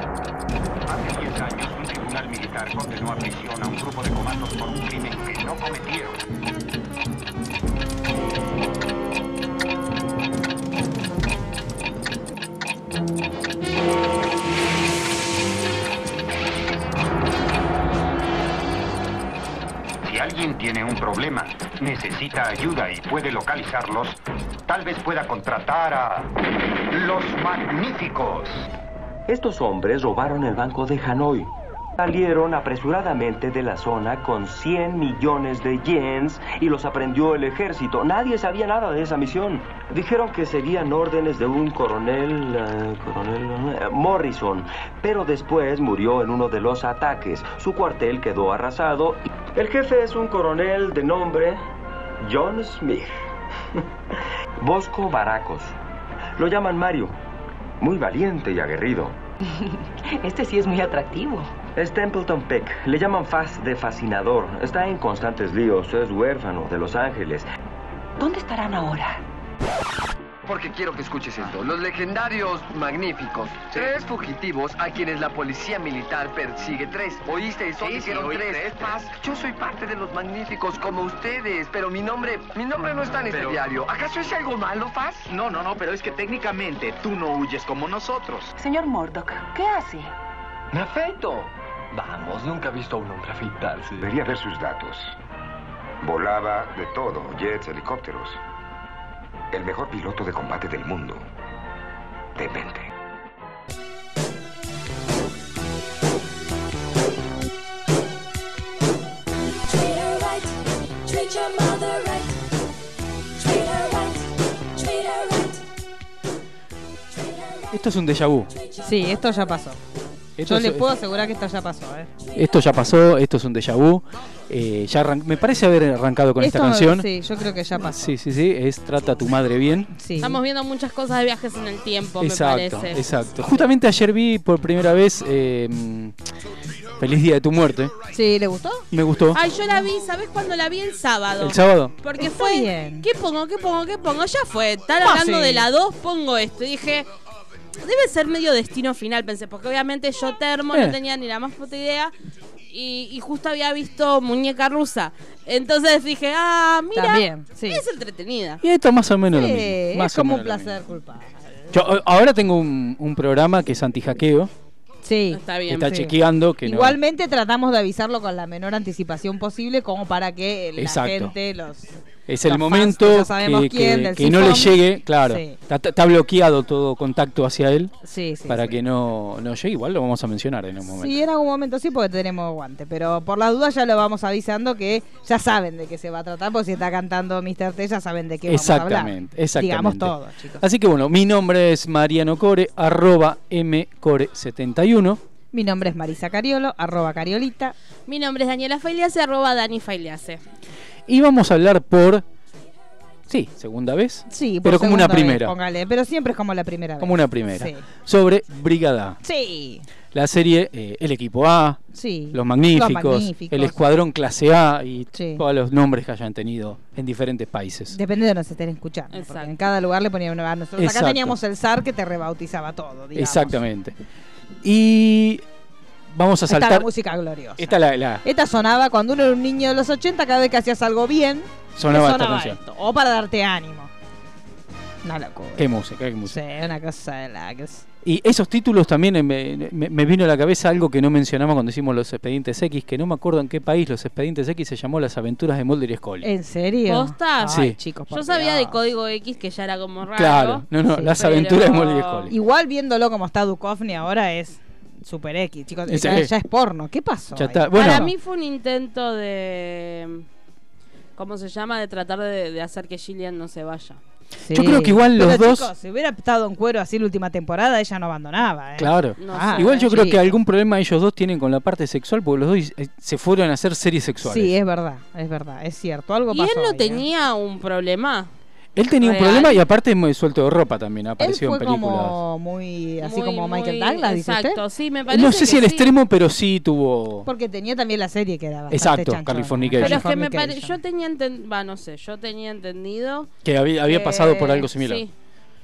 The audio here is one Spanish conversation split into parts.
Hace 10 años, un tribunal militar condenó a prisión a un grupo de comandos por un crimen que no cometieron. Si alguien tiene un problema, necesita ayuda y puede localizarlos, tal vez pueda contratar a los magníficos. Estos hombres robaron el banco de Hanoi. Salieron apresuradamente de la zona con 100 millones de yens y los aprendió el ejército. Nadie sabía nada de esa misión. Dijeron que seguían órdenes de un coronel, eh, coronel eh, Morrison, pero después murió en uno de los ataques. Su cuartel quedó arrasado. El jefe es un coronel de nombre John Smith. Bosco Baracos. Lo llaman Mario. Muy valiente y aguerrido. Este sí es muy atractivo. Es Templeton Peck. Le llaman Faz de Fascinador. Está en constantes líos. Es huérfano de Los Ángeles. ¿Dónde estarán ahora? Porque quiero que escuches Ah. esto. Los legendarios magníficos. Tres fugitivos a quienes la policía militar persigue. Tres. ¿Oíste eso? Sí, sí, Dijeron oí tres. tres, Paz, yo soy parte de los magníficos como ustedes. Pero mi nombre, mi nombre no está en este Pero- diario. ¿Acaso es algo malo, Paz? No, no, no, pero es que técnicamente tú no huyes como nosotros. Señor Murdoch, ¿qué hace? Me afeito. Vamos, nunca he visto a un hombre afeitarse. Debería ver sus datos. Volaba de todo, jets, helicópteros. El mejor piloto de combate del mundo. Demente. Treat her right. Treat your mother right. Treat her right. Treat her right. Treat her right. Esto es un déjà vu. Treat your Sí, esto ya pasó. Esto, Yo le es- puedo asegurar que esto ya pasó. ¿eh? esto ya pasó, esto es un déjà vu. Eh, ya arran- me parece haber arrancado con esta Esto, canción. Sí, yo creo que ya pasó. sí, sí, sí, es Trata a tu madre bien. Sí. Estamos viendo muchas cosas de viajes en el tiempo, me Exacto, parece. exacto. Justamente ayer vi por primera vez eh, Feliz Día de tu Muerte. ¿Sí? ¿Le gustó? Me gustó. Ay, yo la vi, ¿sabes cuándo la vi? El sábado. El sábado. Porque Está fue. bien. ¿Qué pongo? ¿Qué pongo? ¿Qué pongo? Ya fue. Están hablando Fácil. de la 2, pongo esto. Y dije. Debe ser medio destino final, pensé, porque obviamente yo termo Eh. no tenía ni la más puta idea. Y, y justo había visto muñeca rusa. Entonces dije, ah, mira. También, sí. Es entretenida. Y esto más o menos lo Sí, mismo. es Más o como un menos lo placer culpable. mismo. Yo eh, ahora tengo un, un programa que es anti-hackeo. Sí. Está que bien. Está sí. chequeando que no- Igualmente tratamos de avisarlo con la menor anticipación posible como para que la Exacto. gente los... Es el Los fans, momento ya sabemos que, quién, que- del que no le sifón. llegue, claro. Sí. Está, está bloqueado todo contacto hacia él Sí, sí. para sí. que no, no llegue. Igual lo vamos a mencionar en un momento. Sí, en algún momento sí, porque tenemos guante. Pero por las dudas ya lo vamos avisando que ya saben de qué se va a tratar, porque si está cantando Mr. T, ya saben de qué vamos a hablar. Exactamente, exactamente. Digamos todo, chicos. Así que bueno, mi nombre es Mariano Core, arroba mcore71. Mi nombre es Marisa Cariolo, arroba Cariolita. Mi nombre es Daniela Failiase, arroba Dani Failiase. Y vamos a hablar por. Sí, segunda vez. Sí, por pero como una segunda vez, primera. póngale, pero siempre es como la primera vez. como una primera. Sí. Sobre Brigada. Sí, La serie eh, El Equipo A, sí. Los Magníficos, Los Magníficos. El Escuadrón Clase A y Sí. todos los nombres que hayan tenido en diferentes países. Depende de donde se estén escuchando. porque Exacto. En cada lugar le ponían una. Nosotros Exacto. acá teníamos el SAR que te rebautizaba todo. Digamos. Exactamente. Y vamos a Está saltar. la música gloriosa. Esta la, la- Esta sonaba cuando uno era un niño de los 80, cada vez que hacías algo bien, sonaba, te esta sonaba canción. esto. O para darte ánimo. Una locura. Qué música, qué música. Sí, una cosa de la que es- Y esos títulos también eh, me, me- me vino a la cabeza algo que no mencionamos cuando hicimos los expedientes X, que no me acuerdo en qué país los expedientes X se llamó Las Aventuras de Mulder y Scully. ¿En serio? ¿Posta? Ay, Sí. chicos, por Yo sabía de Dios. código X que ya era como raro. claro, no, no, Sí, Las pero- Aventuras de Mulder y Scully. Igual viéndolo como está Duchovny ahora es super X, chicos. Es- ya, eh. ya es porno. ¿Qué pasó? Ya ahí? está. Bueno, Para mí fue un intento de. ¿Cómo se llama? De tratar de, de hacer que Gillian no se vaya. Yo creo que igual los Pero, dos- chicos, si hubiera estado en cuero así la última temporada, ella no abandonaba. ¿eh? claro. No Ah, sé. Igual yo creo sí. que algún problema ellos dos tienen con la parte sexual, porque los dos eh, se fueron a hacer series sexuales. Sí, es verdad, es verdad, es cierto. Algo Y pasó. él no ahí, ¿eh? tenía un problema. Él tenía un Real. problema y aparte es muy suelto de ropa también, ha Él aparecido fue en películas. como muy. Así Muy, como Michael muy- Douglas, dice usted. Exacto, sí, me parece. no sé que si el sí. extremo, pero sí tuvo... Porque tenía también la serie que era bastante Exacto, chanchona. Californication. Pero es que me parece. Yo tenía entendido. no sé, yo tenía entendido. Que había, había que- pasado por algo similar. sí.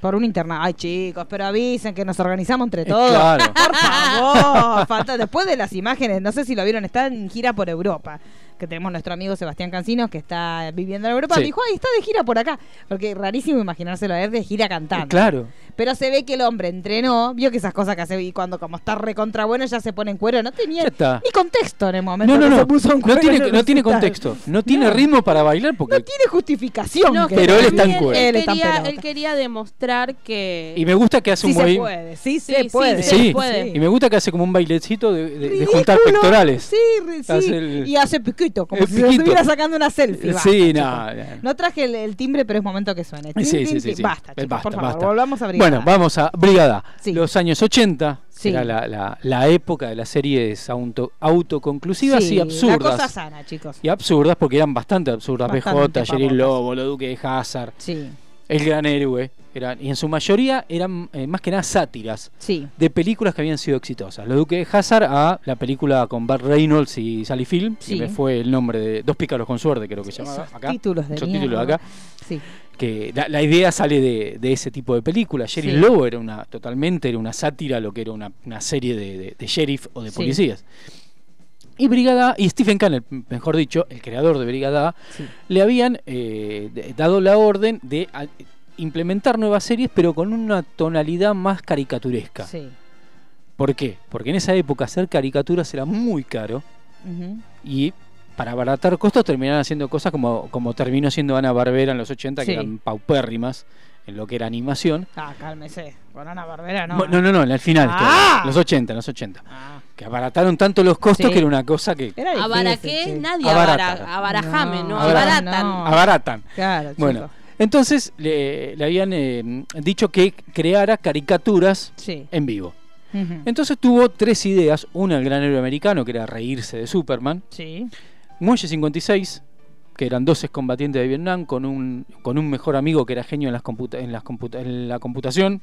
por un internado. Ay, chicos, pero avisen que nos organizamos entre Eh, todos. claro. Por favor, falta- Después de las imágenes, no sé si lo vieron, está en gira por Europa. Que tenemos nuestro amigo Sebastián Cancino, que está viviendo en Europa. Sí. Me dijo, ay, está de gira por acá. Porque rarísimo imaginárselo a él de gira cantando. Claro. Pero se ve que el hombre entrenó, vio que esas cosas que hace y cuando como está recontra bueno ya se pone en cuero, no tenía Ya está. ni contexto en el momento. No, no, que no. se puso en No cuero en tiene, el no tiene recital. contexto. No tiene No. ritmo para bailar porque. No tiene justificación. No, que Pero él está en también cuero. Él Él, está en quería, pelota. él quería demostrar que. Y me gusta que hace Sí un se movim- puede, sí se Sí, puede. sí, Sí, puede. y me gusta que hace como un bailecito de, de- de Ridículo. juntar pectorales. Sí, ri- sí. Hace el- Y hace piquito, como el si se piquito. estuviera sacando una selfie. Basta, Sí, chicos. no, no. No traje el, el timbre, pero es momento que suene. Tin, Sí, tin, sí, sí, tin. sí. Basta, Eh, chicos, basta, por favor, basta. volvamos a brindar. Bueno, vamos a Brigada. Sí. Los años 80 Sí. era la, la- la época de las series auto, autoconclusivas Sí, y absurdas. La cosa sana, chicos. Y absurdas porque eran bastante absurdas. Bastante BJ, Jerry pavotas. Lobo, Lo Duque de Hazard, Sí, El Gran Héroe. Eran, y en su mayoría eran eh, más que nada sátiras sí. de películas que habían sido exitosas. Lo Duque de Hazard a la película con Bart Reynolds y Sally Field, Sí. que me fue el nombre de Dos Pícaros con Suerte, creo que se llamaba. Esos Acá. títulos de Esos mierda. títulos de acá. Sí. que la, la idea sale de, de ese tipo de películas. Jerry Sí. Lowe era una, totalmente era una sátira a lo que era una, una serie de, de- de sheriff o de Sí. policías. Y Brigada, y Stephen Kahn, el- mejor dicho, el creador de Brigada, A, Sí. le habían eh, de- dado la orden de a- implementar nuevas series, pero con una tonalidad más caricaturesca. Sí. ¿Por qué? Porque en esa época hacer caricaturas era muy caro Ujú. y para abaratar costos terminaron haciendo cosas como, como terminó siendo Ana Barbera en los 80, Sí. que eran paupérrimas en lo que era animación. Ah, cálmese. Con Ana Barbera, no. Mo- No, no, no, en el final, Ah. estoy hablando, en los 80, en los 80. Ah. Que abarataron tanto los costos Sí. que era una cosa que Era ¿A difícil, Baraqué? sí. Nadie Abarata. abara- abarajame, ¿no? No, Abaratan. no. abaratan. Claro, chicos. Bueno, entonces le, le habían eh, dicho que creara caricaturas Sí. en vivo. Ujú. Entonces tuvo tres ideas, una el gran héroe americano, que era reírse de Superman, Sí. Muelle 56, que eran dos excombatientes de Vietnam, con un, con un mejor amigo que era genio en, las computa- en, las computa- en la computación,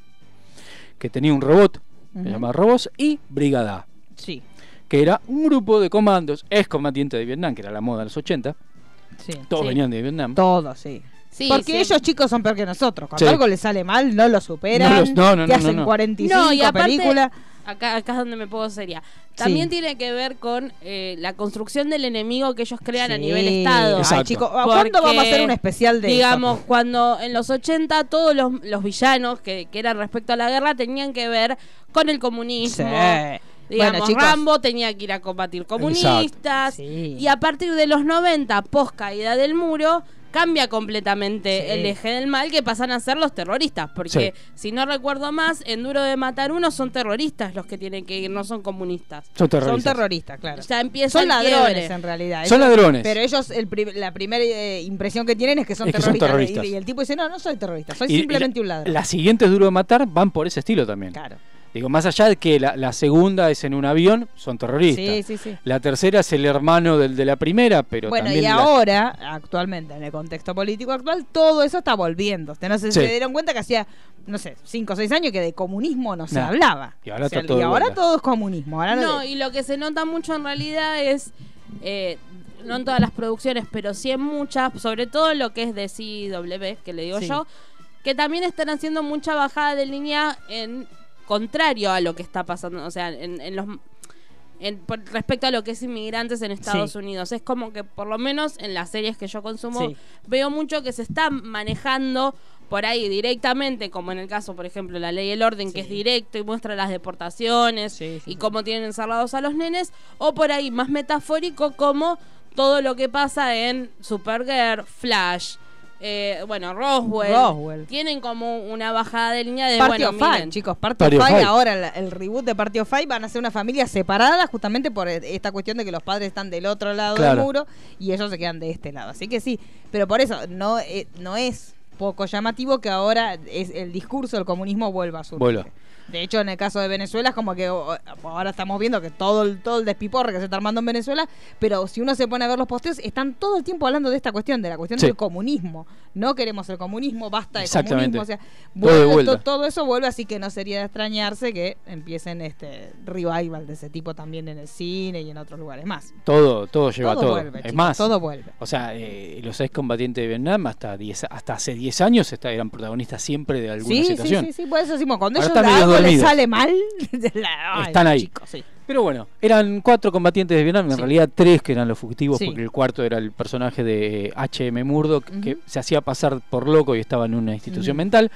que tenía un robot, que Ujú. se llamaba Robos, y Brigada, Sí. que era un grupo de comandos excombatientes de Vietnam, que era la moda de los 80, Sí. todos Sí. venían de Vietnam. Todo, sí. Sí, Porque sí. ellos chicos son peor que nosotros. Cuando Sí. algo les sale mal, no lo superan. No los- no, no, te no, hacen no, no. 45 No, y aparte- películas. Acá, acá es donde me puedo sería. También tiene que ver con eh, la construcción del enemigo que ellos crean a Sí. nivel Estado. Exacto. Ay, chicos, ¿a ¿cuándo Porque, vamos a hacer un especial de Digamos, eso? cuando en los 80 todos los, los villanos que, que eran respecto a la guerra tenían que ver con el Sí. comunismo. Digamos, Bueno, chicos. Rambo tenía que ir a combatir comunistas. Sí. Y a partir de los 90, post caída del muro, cambia completamente Sí. el eje del mal que pasan a ser los terroristas. Porque si no recuerdo más, en Duro de Matar Uno son terroristas los que tienen que ir, no son comunistas. Son Son terroristas. terroristas, claro. Ya empieza Son el quiebre. ladrones en realidad. Son Ellos- ladrones. Pero ellos, el pri- la primera eh, impresión que tienen es que son Es que terroristas. son terroristas. Y, y el tipo dice, no, no soy terrorista, soy Y- y simplemente la- un ladrón. Las siguientes duro de matar van por ese estilo también. Claro. Digo, más allá de que la, la segunda es en un avión, son terroristas. Sí, sí, sí. La tercera es el hermano del de la primera, pero Bueno, también y la- ahora, actualmente, en el contexto político actual, todo eso está volviendo. Ustedes no sé si Sí. se dieron cuenta que hacía, no sé, 5 o 6 años que de comunismo no se Nah. hablaba. Y ahora O sea, está todo de ahora vuelta. todo es comunismo. Ahora no, No, y lo que se nota mucho en realidad es, eh, no en todas las producciones, pero sí en muchas, sobre todo en lo que es de CW, que le digo Sí. yo, que también están haciendo mucha bajada de línea en contrario a lo que está pasando, o sea, en, en los... en- por- respecto a lo que es inmigrantes en Estados Sí. Unidos. Es como que por lo menos en las series que yo consumo Sí. veo mucho que se está manejando por ahí directamente, como en el caso, por ejemplo, la ley y el orden, Sí. que es directo y muestra las deportaciones Sí, sí, y sí. cómo tienen encerrados a los nenes, o por ahí más metafórico como todo lo que pasa en Supergirl, Flash, eh, bueno, Roswell. Roswell. Tienen como una bajada de línea de... Party Bueno, of Five, miren, chicos. Party, Party of of Five, Five. ahora la- el reboot de Party of Five van a ser una familia separada justamente por e- esta cuestión de que los padres están del otro lado del Claro. muro y ellos se quedan de este lado. Así que sí, pero por eso no, eh, no es poco llamativo que ahora es el discurso del comunismo vuelva a surgir. Vuelva. De hecho, en el caso de Venezuela es como que o- ahora estamos viendo que todo el, todo el despiporre que se está armando en Venezuela, pero si uno se pone a ver los posteos, están todo el tiempo hablando de esta cuestión, de la cuestión Sí. del comunismo. No queremos el comunismo, basta de Exactamente. comunismo. O sea, Todo de vuelve- to- vuelta. todo eso vuelve, así que no sería de extrañarse que empiecen este revival de ese tipo también en el cine y en otros lugares más. todo, todo lleva todo todo. vuelve, es chicos, más, todo vuelve. o sea, eh, los excombatientes de Vietnam hasta, 10 hasta hace 10 10 años esta- eran protagonistas siempre de alguna Sí, sí, situación. sí, sí, por eso decimos, cuando Ahora ellos están la- medio algo les dormidos. sale mal, la- ay, Están ahí. chicos, sí. Pero bueno, eran cuatro combatientes de Vietnam, en Sí. realidad tres que eran los fugitivos, Sí. porque el cuarto era el personaje de H.M. Murdoch, que Ujú. se hacía pasar por loco y estaba en una institución Ujú. mental,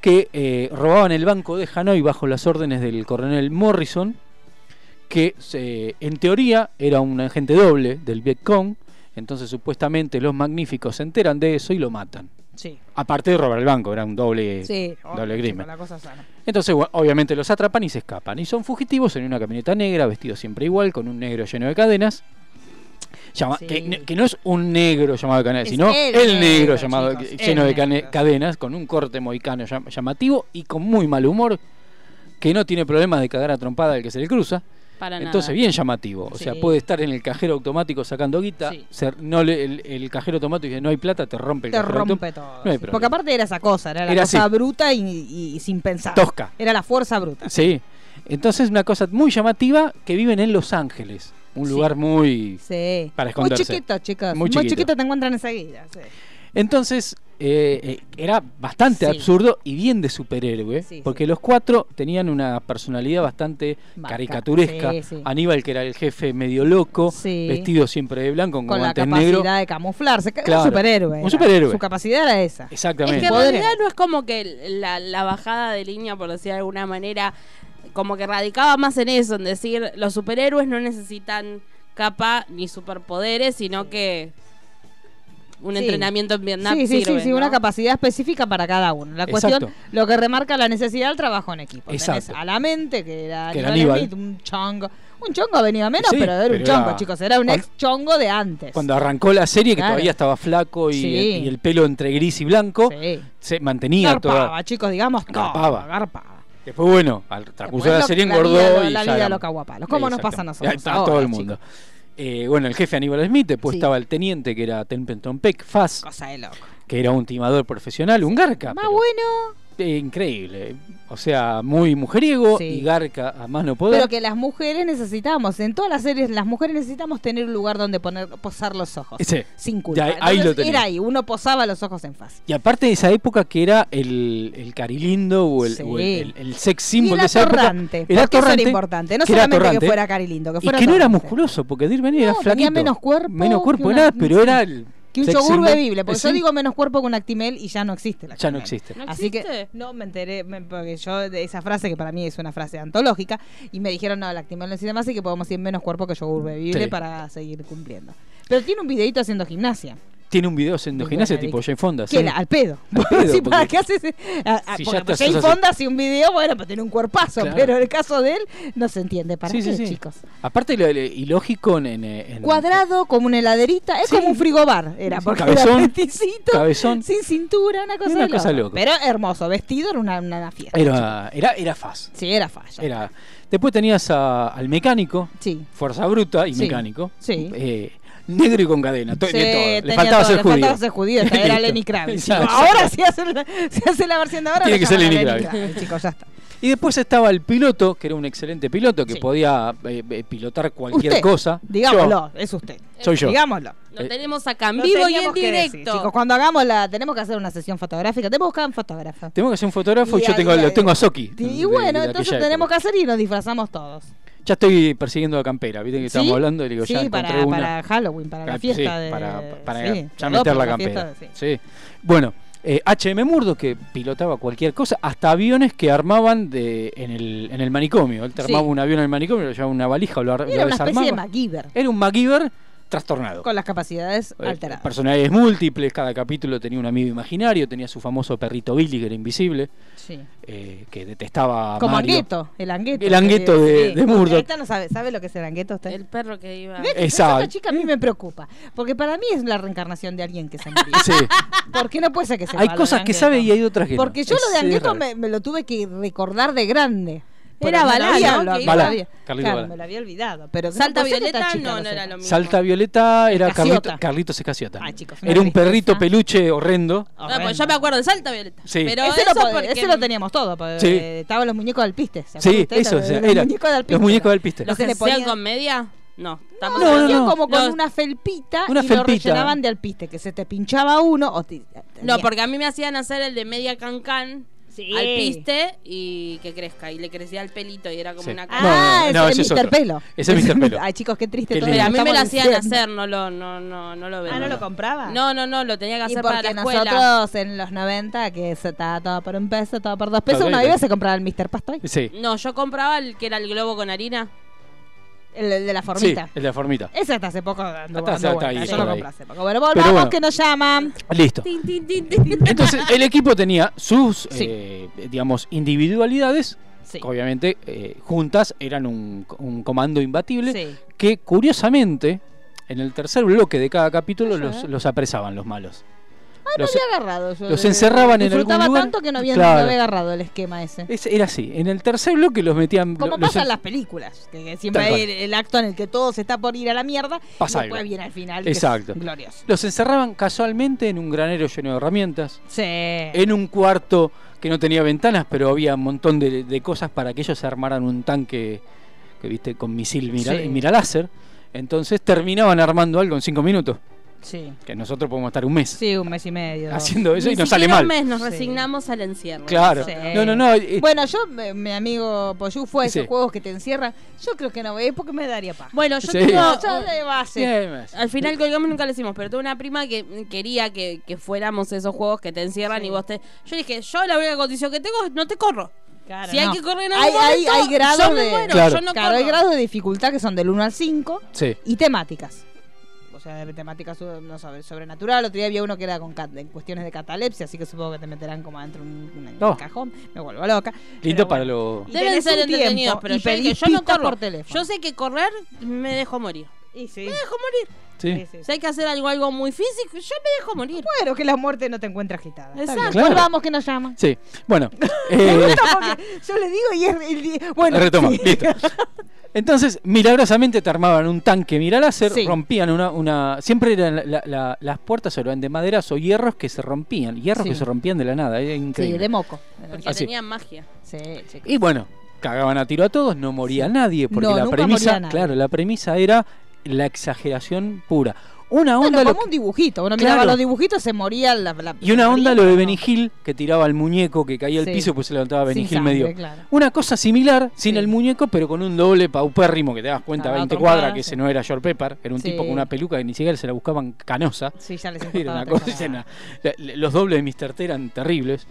que eh, robaban el banco de Hanoi bajo las órdenes del coronel Morrison, que se- en teoría era un agente doble del Vietcong, entonces supuestamente los magníficos se enteran de eso y lo matan. Sí. Aparte de robar el banco, era un doble, Sí, doble obvio, crimen. chicos, la cosa sana. Entonces, bueno, obviamente los atrapan y se escapan. Y son fugitivos en una camioneta negra, vestidos siempre igual, con un negro lleno de cadenas. Llama- Sí. que, ne- que no es un negro llamado de cadenas, Es sino el, el negro, negro, llamado chicos, que- lleno el de cane- negro. cadenas, con un corte mohicano llam- llamativo y con muy mal humor, que no tiene problemas de cagar a trompada al que se le cruza. Para Entonces, nada. bien llamativo. O sea, Sí. puede estar en el cajero automático sacando guita. Sí. se- no le- el, el cajero automático dice no hay plata, te rompe el Te cajero autom- rompe todo. No hay sí. problema. Porque aparte era esa cosa, era la Era cosa así. bruta y, y- y sin pensar. Tosca. Era la fuerza bruta. Sí. Entonces, una cosa muy llamativa que viven en Los Ángeles. Un Sí. lugar muy. Sí. Para esconderse. Muy chiquito, chicos. Muy Muy chiquito. chiquito, te encuentran enseguida. Sí. Entonces, eh, eh, era bastante Sí. absurdo y bien de superhéroe. Sí, porque sí. los cuatro tenían una personalidad bastante Marca. caricaturesca. Sí, sí. Aníbal, que era el jefe medio loco, Sí. vestido siempre de blanco, con, Con la guantes capacidad negros. de camuflarse. Ca- Claro. Un superhéroe. Un era. superhéroe. Su capacidad era esa. Es Exactamente. que en Poderes. realidad no es como que la, la bajada de línea, por decir de alguna manera, como que radicaba más en eso, en decir, los superhéroes no necesitan capa ni superpoderes, sino que un Sí. entrenamiento en Vietnam sí, sí, sirve, sí, sí, ¿no? una capacidad específica para cada uno. La cuestión, Exacto. lo que remarca la necesidad del trabajo en equipo. Tenés Exacto. a la mente, que era Que era Aníbal Aníbal. Smith, un chongo. Un chongo venía menos, Sí, pero era pero un chongo, era- chicos. Era un cuando- ex chongo de antes. Cuando arrancó la serie, que Claro. todavía estaba flaco y, Sí. y el pelo entre gris y blanco, sí. se mantenía toda. Garpaba, chicos, digamos. todo, Garpaba. Garpaba. Después, bueno, al transcurso Después de la lo- serie la engordó vida lo- y la ya vida era- lo caguapalos. ¿Cómo nos pasa a Exactamente. nosotros A, a todo ahora, el mundo. Eh, bueno, el jefe Aníbal Smith, después Sí. estaba el teniente que era Templeton Peck Fass, Cosa de loco. que era un timador profesional, un garca. Más pero, bueno, eh, increíble. O sea, muy mujeriego Sí. y garca a más no poder. pero que las mujeres necesitamos. En todas las series, las mujeres necesitamos tener un lugar donde poner, posar los ojos. Sí. Sin culpa. Ya, ahí lo Entonces, tenés. era ahí, uno posaba los ojos en faz. Y aparte de esa época que era el, el carilindo o el, Sí. o el- el- el sex Y symbol el de esa época. atorrante. El Porque eso era atorrante, importante. No que era solamente atorrante, que fuera Cari Lindo, que Y fuera que no era atorrante. musculoso, porque Dirk era No, flaquito. tenía menos cuerpo Menos que cuerpo, una- nada, pero sí. era el. Que un sex yogur symbol. bebible. Porque yo Sí. digo menos cuerpo que un Actimel y ya no existe la Ya no Actimel. existe. ¿No Así que existe? no me enteré, me- porque yo de esa frase que para mí es una frase antológica, y me dijeron, no, la actividad no existe más y que podemos ir menos cuerpo que yogur bebible Sí. para seguir cumpliendo. Pero tiene un videito haciendo gimnasia. Tiene un video haciendo Bueno, gimnasia Eric. tipo Jane Fonda. Que sí. era al pedo. Al pedo, Sí, ¿para porque- qué haces? Ah, ah, Si ya porque te pues haces Jane así. Fonda hace un video, bueno, pero tiene un cuerpazo, Claro. pero en el caso de él no se entiende. ¿Para Sí, qué, sí, sí. chicos? Aparte, lo, lo ilógico en. en- en- Cuadrado, como una heladerita, es Sí. como un frigobar. Era Sí, porque cabezón, era peticito, cabezón. sin cintura, una cosa, Una de cosa loca. loco. Pero hermoso, vestido era una, una fiesta. Era, era, era faz. Sí, era falla. Era. Después tenías a- al mecánico, Sí. fuerza bruta y Sí, mecánico. sí. Eh, negro y con cadena. to- Sí, de todo. Le tenía faltaba todo, ser le judío. faltaba ser judío, esta era Listo. Lenny Kravitz. Ya, chicos. ya. Ahora sí hace, la, se hace la versión de ahora. Tiene le que ser llaman a Lenny Kravitz. chicos, ya está. Y después estaba el piloto, que era un excelente piloto, que Sí. podía eh, eh, pilotar cualquier Usted, cosa. Digámoslo, es usted. Yo, soy yo. Digámoslo. Lo Eh, tenemos acá en Lo vivo y en teníamos que decir, directo. chicos, cuando hagamos la, tenemos que hacer una sesión fotográfica. Tenemos que buscar un fotógrafo. Tengo que hacer un fotógrafo y, yo ahí- tengo, lo tengo a Soki. Y, de- y de- bueno, de entonces aquella tenemos época. que hacer y nos disfrazamos todos. Ya estoy persiguiendo a Campera, viste que estábamos hablando y le digo, sí, ya encontré para, una. para Halloween, para la Ah, fiesta sí, de. para, para sí, ya todo meter para la fiesta campera. de- sí. Sí. Bueno, eh, H.M. Murdo que pilotaba cualquier cosa, hasta aviones que armaban de, en, el, en el manicomio. Él te Sí. armaba un avión en el manicomio, lo llevaba en una valija, o lo, ar- lo Era una especie de desarmaba. MacGyver Era un MacGyver trastornado. con las capacidades Eh, alteradas. Personalidades múltiples, cada capítulo tenía un amigo imaginario, tenía su famoso perrito Billy, que era invisible, Sí. eh, que detestaba a Como Mario. Angueto, el Angueto. El Angueto Que- de- de Murdoch. Ahorita no sabe, ¿sabe lo que es el Angueto usted? El perro que iba... Ve que Exacto. esa chica a mí me preocupa, porque para mí es la reencarnación de alguien que se murió. Sí. Porque no puede ser que se Hay cosas que sabe y hay otras que no. Porque yo lo de Es- es Angueto raro. me, me lo tuve que recordar de grande. Pero Era me lo Balá, había- lo ¿no? Que había- iba- lo había- Carlito claro, Balá. me lo había olvidado. Pero Salta Ah, no puede ser que Violeta esta chica no, no era sepa. lo mismo. Salta Violeta era Escaciota. Carlito, Carlitos Escaciota. Ay, Ah, chicos, una era un tristeza. perrito peluche horrendo. No, pues yo me acuerdo de Salta Violeta. Sí. Pero Ah, ese, eso lo, pod- porque- ese lo teníamos todo. porque, Sí. eh, Estaban los muñecos del piste. ¿se acuerdan Sí, ustedes? eso, Los, o sea, los era- muñecos del Los muñecos del piste. Lo ¿Los que que le hacían ponían- comedia? No, No, estamos lo hablando- hacían como con No, una felpita Una y lo felpita. rellenaban de alpiste, que se te pinchaba uno. O te- No, porque a mí me hacían hacer el de media cancán Sí. al piste y que crezca. Y le crecía el pelito y era como Sí. una No, no, Ah, no, ese ese es es Mr. otro. Pelo. Ese es Mr. Pelo. Ay, chicos, qué triste. Qué todo lindo. Pero a mí me lo estamos hacían diciendo. hacer, no lo, no, no, no, no lo Ah, veo. ¿no lo compraba? No, no, no, lo tenía que Y hacer para la porque escuela. nosotros en los 90, que se estaba todo por un peso, todo por dos pesos, Claro, una ahí vez lo- se compraba el Mr. Pastoy, Sí. No, yo compraba el que era el globo con harina. el, el de la Sí, formita. el de la formita. Ese hasta hace poco dando, Hasta- dando hasta vuelta, ahí, por yo lo ahí. compré hace poco. Bueno, volvamos bueno. que nos llaman. Listo. Tin, tin, tin, tin, tin. Entonces, el equipo tenía sus, Sí. eh, digamos, individualidades. Sí. Obviamente, eh, juntas eran un, un comando imbatible. Sí. Que curiosamente, en el tercer bloque de cada capítulo, Ajá. los, los apresaban los malos. Los- había agarrado yo los de- encerraban en algún disfrutaba lugar. tanto que no había, Claro. Eh, no había agarrado el esquema ese. es- era así. En el tercer bloque los metían. Como los- pasa los- en las películas, que, que siempre Tal hay el, cual. el acto en el que todo se está por ir a la mierda Pasa y después algo. viene al final. que es Exacto. glorioso. los encerraban casualmente en un granero lleno de herramientas. Sí. en un cuarto que no tenía ventanas, pero había un montón de, de cosas para que ellos se armaran un tanque que viste con misil mira, Sí. miraláser. Entonces terminaban armando algo en cinco minutos, Sí. que nosotros podemos estar un mes Sí, un mes y medio. haciendo eso Ni y nos sale siquiera mal. un mes nos Sí. resignamos al encierro. Claro. Sí. No, no, no. eh, Bueno, yo, eh, mi amigo Poyú, fue a esos Sí. juegos que te encierran. Yo creo que no voy a ir porque me daría paja. Bueno, yo Sí. tengo... No, yo de base. bien, más. Al final colgamos nunca lo hicimos, pero tuve una prima que quería que, que fuéramos esos juegos que te encierran Sí. y vos te... Yo dije, yo la única condición que tengo es no te corro. Claro, si hay no. que correr en algún hay, hay, momento, hay grados yo me de, muero, Claro. yo no Claro, hay corro. grados de dificultad que son del 1 al 5 Sí. y temáticas. O sea, de temáticas eh, no sabe, sobrenatural. Otro día había uno que era con cat- en cuestiones de catalepsia, así que supongo que te meterán como adentro un, un- un No. cajón. Me vuelvo loca. Oh. Lindo Pero para bueno. lo. Y Deben tenés ser un tiempo entretenidos, pero y yo, dije, pedís yo no pistas corro. por teléfono. Yo sé que correr me dejo morir. Y sí. Me dejo morir. Sí. sí, sí, Si hay que hacer algo, algo muy físico, yo me dejo morir. Pero que la muerte no te encuentra agitada. Está Exacto. bien. Claro. Volvamos que nos llaman. Sí. Bueno. eh, Porque yo le digo y es. el di- bueno, Retoma, sí. listo. Entonces, milagrosamente te armaban un tanque miraláser, Sí. rompían una, una. Siempre eran la- la- la- las puertas eran de maderazo, hierros que se rompían, hierros Sí. que se rompían de la nada, era Sí, increíble. de moco. Porque Así. tenía magia. Sí, sí. y bueno, cagaban a tiro a todos, no moría Sí. nadie, porque No, la nunca moría premisa, nadie. claro, la premisa era la exageración pura. Una onda Bueno, lo como un dibujito. Uno Claro. miraba los dibujitos, se moría la. la- que- y una la onda lo prima, de ¿no? Benny Hill, que tiraba al muñeco que caía al Sí. piso, pues se levantaba Sin Benny Hill sangre, medio. claro. Una cosa similar, sin Sí. el muñeco, pero con un doble paupérrimo que te das cuenta, Ah, 20 trompada, cuadras, que sí. ese no era George Pepper, era un Sí. tipo con una peluca que ni siquiera se la buscaban canosa. Sí, ya les Era importaba una tres cosa, carajos. era- la- la- los dobles de Mr. T eran terribles.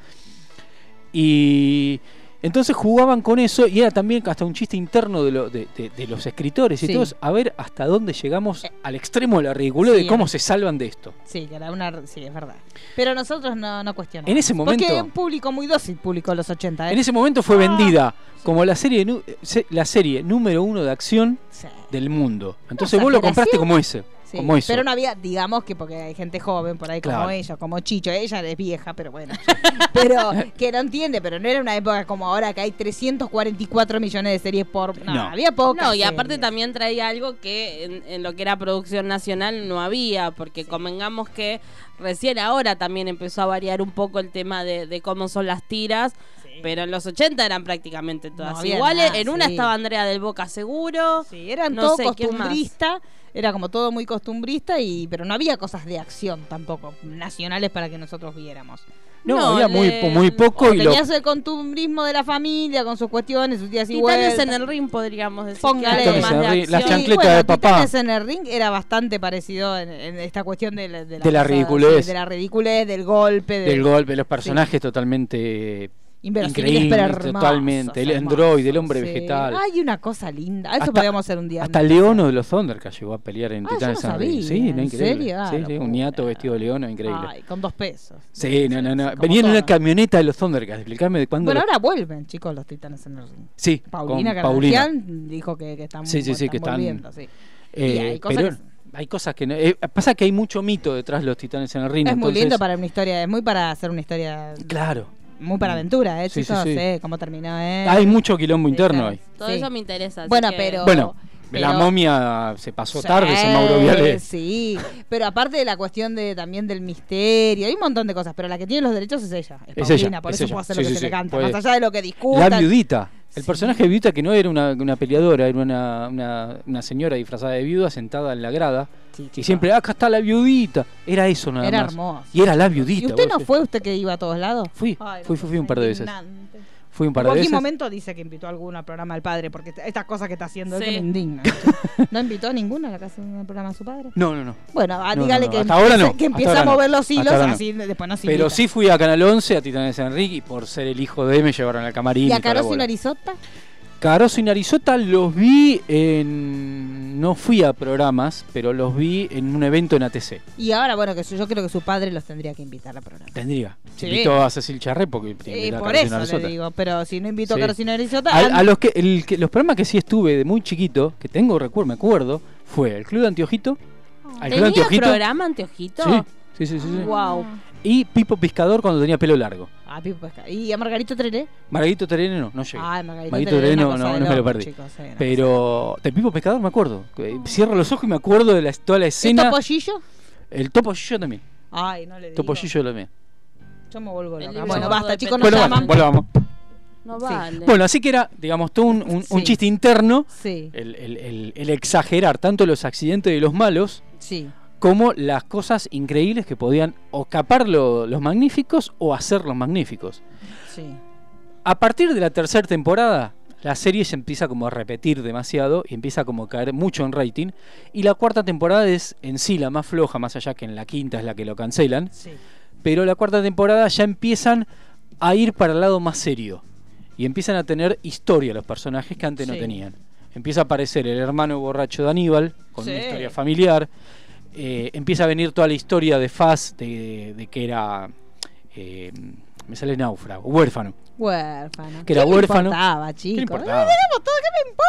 Y entonces jugaban con eso y era también hasta un chiste interno de, lo- de- de- de los escritores y Sí. todos, a ver hasta dónde llegamos Eh. al extremo de lo ridículo Sí, de cómo era- se salvan de esto. Sí, que era una. Sí, es verdad. Pero nosotros no, no cuestionamos. En ese Porque momento- un público muy dócil, público de los 80. ¿eh? En ese momento fue vendida como la serie, nu- se- la serie número uno de acción Sí, del mundo. Entonces vos lo compraste exageración. como ese. Ah, sí. como eso. Pero no había, digamos que porque hay gente joven por ahí como Claro. ella, como Chicho, ella es vieja, pero bueno. pero que no entiende, pero no era una época como ahora que hay 344 millones de series por. No, No. había pocas. No, y aparte series. también traía algo que en, en lo que era producción nacional no había, porque convengamos que recién ahora también empezó a variar un poco el tema de, de cómo son las tiras, Sí. pero en los 80 eran prácticamente todas No había iguales. nada, en una sí. estaba Andrea del Boca seguro. Sí, eran No todo sé, ¿quién más? costumbrista, era como todo muy costumbrista y pero no había cosas de acción tampoco nacionales para que nosotros viéramos. No, No, había muy, le- po- muy poco y lo, Tenías el costumbrismo de la familia con sus cuestiones, sus días y Titanes vueltas. en el ring, podríamos decir. Póngale. que algo más de Titanes en el ring, las acción. chancletas de papá. Titanes en el ring era bastante parecido en, en esta cuestión de la, De la cosa, ridiculez. sí, de la ridiculez, del golpe, del golpe, los personajes totalmente inverosímiles, Increíble, pero hermosos, totalmente. El hermosos, androide, el hombre sí. vegetal. Hay una cosa linda. Eso Hasta- podríamos hacer un día. Hasta antes. Leono de los Thundercats llegó a pelear en Ah, Titanes yo no and Rings. sabía, Sí, no, ¿en increíble. serio? Ah, Sí, la sí, puta. un niato vestido de leono, increíble. Ay, con dos pesos. sí, no, no, no. como Venía en una todo. camioneta de los Thundercats. Explícame de cuándo. Bueno, lo- ahora vuelven, chicos, los titanes en el ring. Sí, Paulina con Paulina. Carnacián dijo que, que están Sí, sí, sí, que están- volviendo, sí. Eh, Y hay cosas pero que- hay cosas que no. eh, pasa que hay mucho mito detrás de los Titanes en el ring. Es muy entonces- lindo para una historia, es muy para hacer una historia, Claro. muy para aventura, ¿eh, Sí, sí, chicos? sí. Eh, ¿Cómo terminó, eh? Hay mucho quilombo interno ahí. Todo Sí. eso me interesa. así Bueno, que- pero Bueno. La Pero- momia se pasó tarde, Sí, ese Mauro Viale. Sí, pero aparte de la cuestión de también del misterio, hay un montón de cosas, pero la que tiene los derechos es ella, es, Es Paulina, ella, por es eso ella. puede hacer Sí, lo que sí, se le sí, canta, puede- más allá de lo que discutan. La viudita. El personaje de viuda que no era una, una peleadora, era una, una- una señora disfrazada de viuda sentada en la grada. y siempre, acá está la viudita. Era eso nada Era más. hermoso. Y era la viudita. ¿Y usted vos no decís. fue usted que iba a todos lados? Fui, Ay, no, fui, fui, fui un par de veces. indignante. Fui un En par de cualquier veces. momento dice que invitó a alguno al programa del padre, porque t- estas cosas que está haciendo es que Sí. me indigna. chico. ¿No invitó a ninguna a la casa del programa de su padre? No, no, no. Bueno, ah, No, dígale no, no. que, Hasta ahora empiece- no. que empieza Hasta a ahora mover no. los Hasta hilos, ahora no. así de- después nos invita. Pero sí fui a Canal 11, a Titanes de Enrique, y por ser el hijo de me llevaron al camarín. ¿Y toda a la Carosi bola. Narizota? Caroso y Narizota los vi en. No fui a programas, pero los vi en un evento en ATC. Y ahora, bueno, que su- yo creo que su padre los tendría que invitar al programa. Tendría. Se Sí. Invito a Cecil Charré porque te Eh, invita a por Carolina eso le Arizota. digo, pero si no invito Sí. a Carolina Arizota, Al- and- a los que, el que- los programas que sí estuve de muy chiquito, que tengo recuerdo, me acuerdo, fue el Club de Antiojito. Oh. Al Club de ¿Tenía Antiojito. programa Anteojito? Sí, sí, sí, sí, sí. Wow. Y Pipo Pescador cuando tenía pelo largo. Ah, Pipo Pesca- ¿Y a Margarito Trelé? Margarito Terene no, no llegué. Ah, Margarito Margarito Terene, Terene una no, cosa no, de no me lo loco, perdí. chicos, eh, sí, una Pero de Pipo Pescador me acuerdo. Eh, Cierro los ojos y me acuerdo de la, toda la escena. ¿El topollillo? El topo yo también. Ay, no le digo. Topo Gillo también. Yo me vuelvo El loca. libro Bueno, de basta, Pepe. chicos, nos Bueno, vamos, llaman. volvamos. No vale. Bueno, así que era, digamos, todo un, un- un Sí. chiste interno. Sí, El, el- el- el exagerar tanto los accidentes de los malos sí. como las cosas increíbles que podían o capar lo- los magníficos o hacer los magníficos. Sí. A partir de la tercera temporada, la serie se empieza como a repetir demasiado y empieza como a caer mucho en rating. Y la cuarta temporada es en sí la más floja, más allá que en la quinta es la que lo cancelan. Sí. pero la cuarta temporada ya empiezan a ir para el lado más serio y empiezan a tener historia los personajes que antes no Sí. tenían. Empieza a aparecer el hermano borracho de Aníbal con Sí. una historia familiar. Eh, empieza a venir toda la historia de Faz de, de que era. eh, me sale náufrago, huérfano. Huérfano. Que era ¿Qué me huérfano. importaba, ¿Qué chicos? le importaba?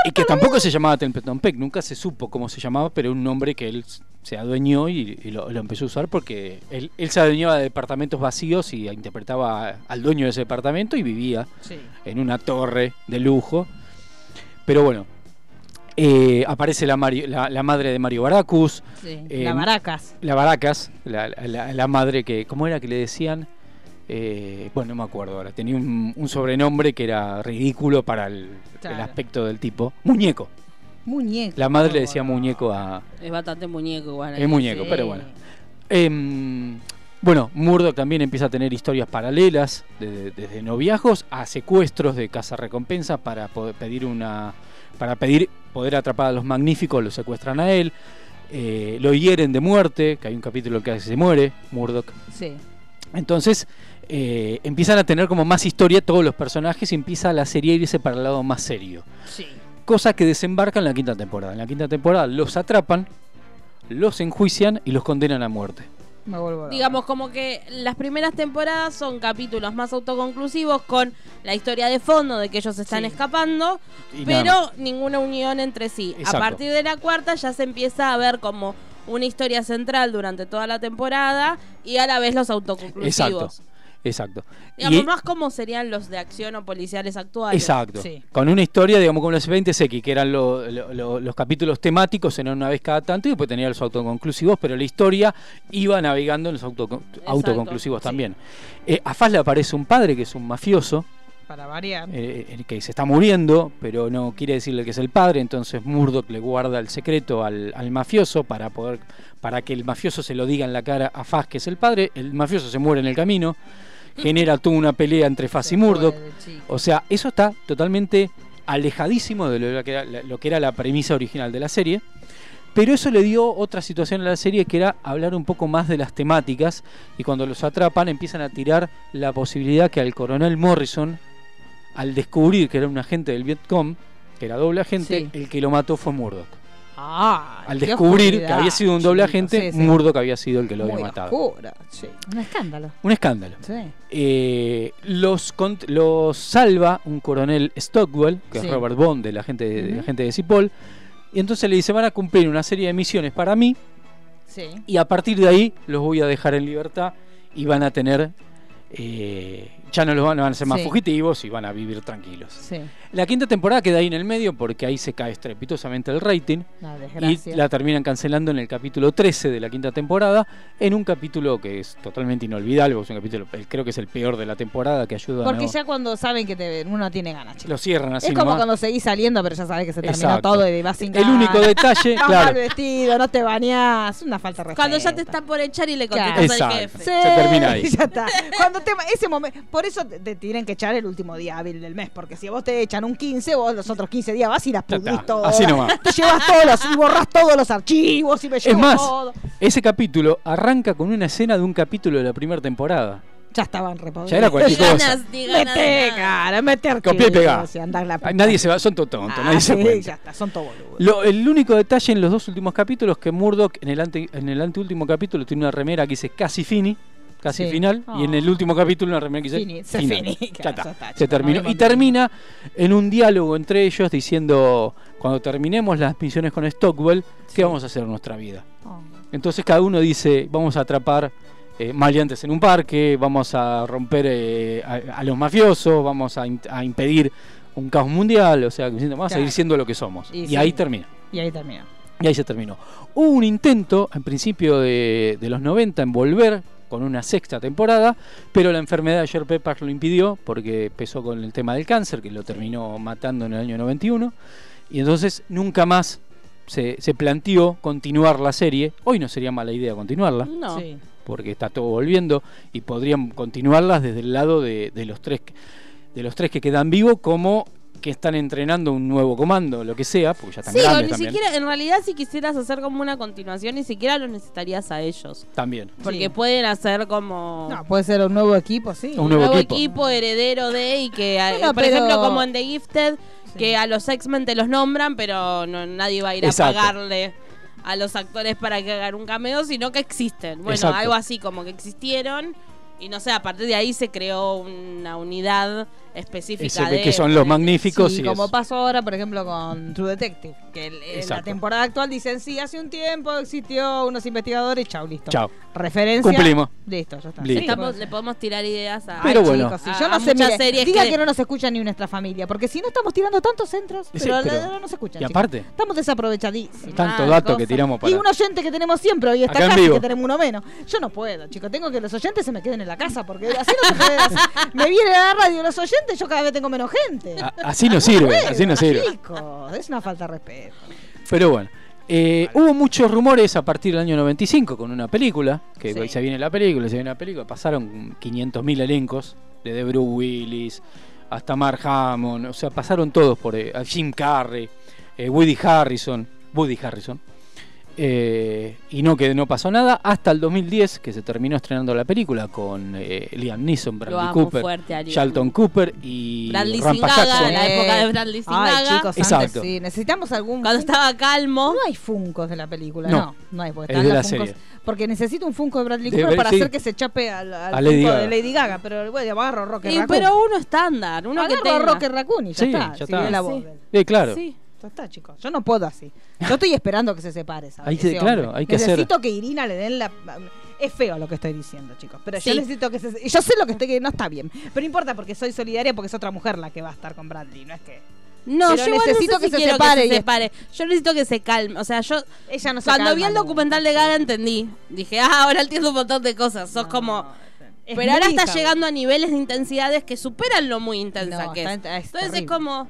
Y que tampoco se llamaba Templeton nunca se supo cómo se llamaba, pero era un nombre que él s- se adueñó y, y lo, lo empezó a usar porque él, él se adueñaba de departamentos vacíos y interpretaba al dueño de ese departamento y vivía Sí. en una torre de lujo. Pero bueno, eh, aparece la, Mario- la, la madre de Mario Baracus, sí. Eh, la Baracas. la Baracas, la, la- la madre que, ¿cómo era que le decían? Eh, bueno, no me acuerdo ahora, tenía un, un sobrenombre que era ridículo para el, el Claro. aspecto del tipo. Muñeco. Muñeco. La madre le decía muñeco a... Es bastante muñeco igual. eh, Es muñeco, pero bueno. Em, bueno, Murdoch también empieza a tener historias paralelas, desde, desde noviazgos a secuestros de casa recompensa para poder pedir una. para pedir poder atrapar a los magníficos, lo secuestran a él. eh, lo hieren de muerte, que hay un capítulo que se muere, Murdoch. Sí. Entonces, eh, empiezan a tener como más historia todos los personajes y empieza la serie a irse para el lado más serio Sí. cosa que desembarca en la quinta temporada. En la quinta temporada los atrapan, los enjuician y los condenan a muerte. Me vuelvo loca. Digamos, como que las primeras temporadas son capítulos más autoconclusivos con la historia de fondo de que ellos están Sí. escapando, Y nada pero ninguna unión entre sí. Exacto. A partir de la cuarta ya se empieza a ver como una historia central durante toda la temporada y a la vez los autoconclusivos. Exacto. Exacto. Digamos, Y- más como serían los de acción o policiales actuales. Exacto. Sí. Con una historia, digamos, como los 20X, que eran lo- lo- lo- los capítulos temáticos, eran una vez cada tanto y después tenía los autoconclusivos, pero la historia iba navegando en los autocon- autoconclusivos sí. también. Eh, a Faz le aparece un padre que es un mafioso, Para variar. eh, el que se está muriendo, pero no quiere decirle que es el padre, entonces Murdoch le guarda el secreto al, al mafioso para poder para que el mafioso se lo diga en la cara a Faz que es el padre, el mafioso se muere en el camino, genera toda una pelea entre Faz y Murdoch, o sea, eso está totalmente alejadísimo de lo que era, lo que era la premisa original de la serie. Pero eso le dio otra situación a la serie que era hablar un poco más de las temáticas y cuando los atrapan empiezan a tirar la posibilidad que al coronel Morrison, al descubrir que era un agente del Vietcong, que era doble agente, Sí. el que lo mató fue Murdoch. Ah, Al qué descubrir que oscuridad, había sido un doble chicos. agente, Sí, sí. Murdoch había sido el que lo Muy había matado. oscuro, sí. Un escándalo. Un escándalo. Sí. Eh, los, cont- los salva un coronel Stockwell, que Sí. es Robert Bond, el agente de, Ujú. la gente de Cipoll. Y entonces le dice, van a cumplir una serie de misiones para mí Sí. y a partir de ahí los voy a dejar en libertad y van a tener... eh, ya no los van, no van a ser más Sí. fugitivos y van a vivir tranquilos. Sí. La quinta temporada queda ahí en el medio porque ahí se cae estrepitosamente el rating. La Y desgracia. la terminan cancelando en el capítulo 13 de la quinta temporada, en un capítulo que es totalmente inolvidable, porque es un capítulo, el- creo que es el peor de la temporada, que ayuda Porque a... ya cuando saben que te ven, uno tiene ganas, chicos. Lo cierran así es como nomás. cuando seguís saliendo, pero ya sabes que se terminó Exacto. todo y vas sin El ganas. único detalle, Estás claro. mal vestido, no te bañás, una falta de respeto. Cuando ya te están por echar y le Claro. contestas al Exacto. jefe. Se termina ahí. Eh, Ya está. Cuando te, ese momento, por eso te, te tienen que echar el último día hábil del mes, porque si a vos te echan un 15, vos los otros 15 días vas y las Ya está. pudrís todas. Así nomás. Te llevas todos los, y borrás todos los archivos y me Es llevo más, todo. ese capítulo arranca con una escena de un capítulo de la primera temporada. Ya estaban repodridos. Ya era cualquier cosa. Ganas, diga, ganas de Mete, nada. cara, mete archivos. Copiá y pegá. y andá en la puta. Ay, Nadie se va, son todos tontos, Ah, nadie se sí, cuenta. ya está, son todos boludos. Lo- el único detalle en los dos últimos capítulos que Murdoch en el, ante- en el anteúltimo capítulo tiene una remera que dice casi fini, casi Sí. final, y en Oh. el último capítulo una remera que dice Fini, se final. fini, ya claro, está, ya está, se chicos, terminó. no Y hablemos de- termina en un diálogo entre ellos diciendo, cuando terminemos las misiones con Stockwell, ¿qué vamos a hacer en nuestra vida? Oh. Entonces cada uno dice, vamos a atrapar eh, maleantes en un parque, vamos a romper eh, a, a los mafiosos, vamos a, in- a impedir un caos mundial, o sea, que diciendo, vamos a seguir Claro. siendo lo que somos. Y Y, sí. ahí termina. Y ahí termina. Y ahí se terminó. Hubo un intento en principio de, de los 90 en volver con una sexta temporada, pero la enfermedad de George Peppers lo impidió porque empezó con el tema del cáncer, que lo terminó matando en el año 91. Y entonces nunca más se, se planteó continuar la serie. Hoy no sería mala idea continuarla, No. Sí. porque está todo volviendo y podrían continuarlas desde el lado de, de los, tres, que- de los tres que quedan vivos, como que están entrenando un nuevo comando, lo que sea, porque ya están Sí, o grandes ni también. siquiera, en realidad si quisieras hacer como una continuación, ni siquiera los necesitarías a ellos. También. Porque Sí. pueden hacer como No, puede ser un nuevo equipo, sí. Un nuevo equipo. heredero de y que, a- Bueno, por pero- ejemplo, como en The Gifted, Sí. que a los X-Men te los nombran, pero no, nadie va a ir Exacto. a pagarle a los actores para que hagan un cameo, sino que existen. Bueno, Exacto. algo así como que existieron. Y no sé, a partir de ahí se creó una unidad Y específica se ve de- que son los magníficos. Sí, y como es- pasó ahora, por ejemplo, con True Detective, que el- en la Exacto. temporada actual dicen, sí, hace un tiempo existió unos investigadores, chau, listo. Chao. Referencia. Cumplimos. Listo, ya está. Listo. Sí, Ah, Estamos- puede le ser. podemos tirar ideas a... Pero Ay, bueno. chicos, sí, A- yo no a sé, Ah, muchas mire, series diga que... que- no nos escucha ni nuestra familia, porque si no estamos tirando tantos centros, Sí, pero, la- pero- la- no nos escuchan. y chicos. aparte. estamos desaprovechadísimos. Tanto Ah, dato que cosa. tiramos Y para. un oyente que tenemos siempre, hoy está Acá en acá, vivo. que tenemos uno menos. Yo no puedo, chicos, tengo que los oyentes se me queden en la casa, porque así no se puede. hacer. Me viene a la radio los oyentes, yo cada vez tengo menos gente. A- Así Ah, no sirve, así no sirve. Chicos, es una falta de respeto. Pero bueno. eh, Hubo muchos rumores a partir del año 95 con una película, que ahí se viene la película, se viene la película, pasaron 500.000 elencos, desde Bruce Willis hasta Mark Hammond, o sea, pasaron todos por eh, a Jim Carrey, eh, Woody Harrison, Woody Harrison, eh, y no que no pasó nada hasta el 2010 que se terminó estrenando la película con eh, Liam Neeson, Lo Bradley amo Cooper, fuerte, Ari. Charlton Cooper y Bradley Rampa Sin Gaga, Jackson. la época de Bradley Eh, Ay, Sinaga. chicos, Exacto. antes sí. Necesitamos algún. Cuando Funko. estaba calmo. No hay Funcos de la película, No. no. No, hay, porque Es están de los la Funkos- serie. Porque necesito un Funko de Bradley De Cooper Bra- para sí. hacer que se chape al, al A Lady Funko Gaga. de Lady Gaga. Pero bueno, agarro Rocket Y- Raccoon. pero uno estándar, uno que Agarro tenga. Rocket Raccoon y ya Sí, está. ya si está. viene la Sí. voz de él. Eh, claro. Sí. Ya está, chicos. Yo no puedo así. Yo estoy esperando que se separe, ¿sabes? Hay que- Ese claro, hombre. hay que hacer- Necesito que Irina le den la... Es feo lo que estoy diciendo, chicos. Pero yo Sí. necesito que se... Yo sé lo que estoy... que no está bien. Pero no importa porque soy solidaria porque es otra mujer la que va a estar con Bradley. No es que... No, Pero yo igual necesito no sé que se si quiero separe que y- se separe. Yo necesito que se calme. O sea, yo Ella no se cuando calma, vi el no. documental de Gaga entendí. Dije, ah, ahora entiendo un montón de cosas. Sos No, como. es pero ahora muy está hija. llegando a niveles de intensidades que superan lo muy intensa No, que está es. ent- es Entonces es terrible. como.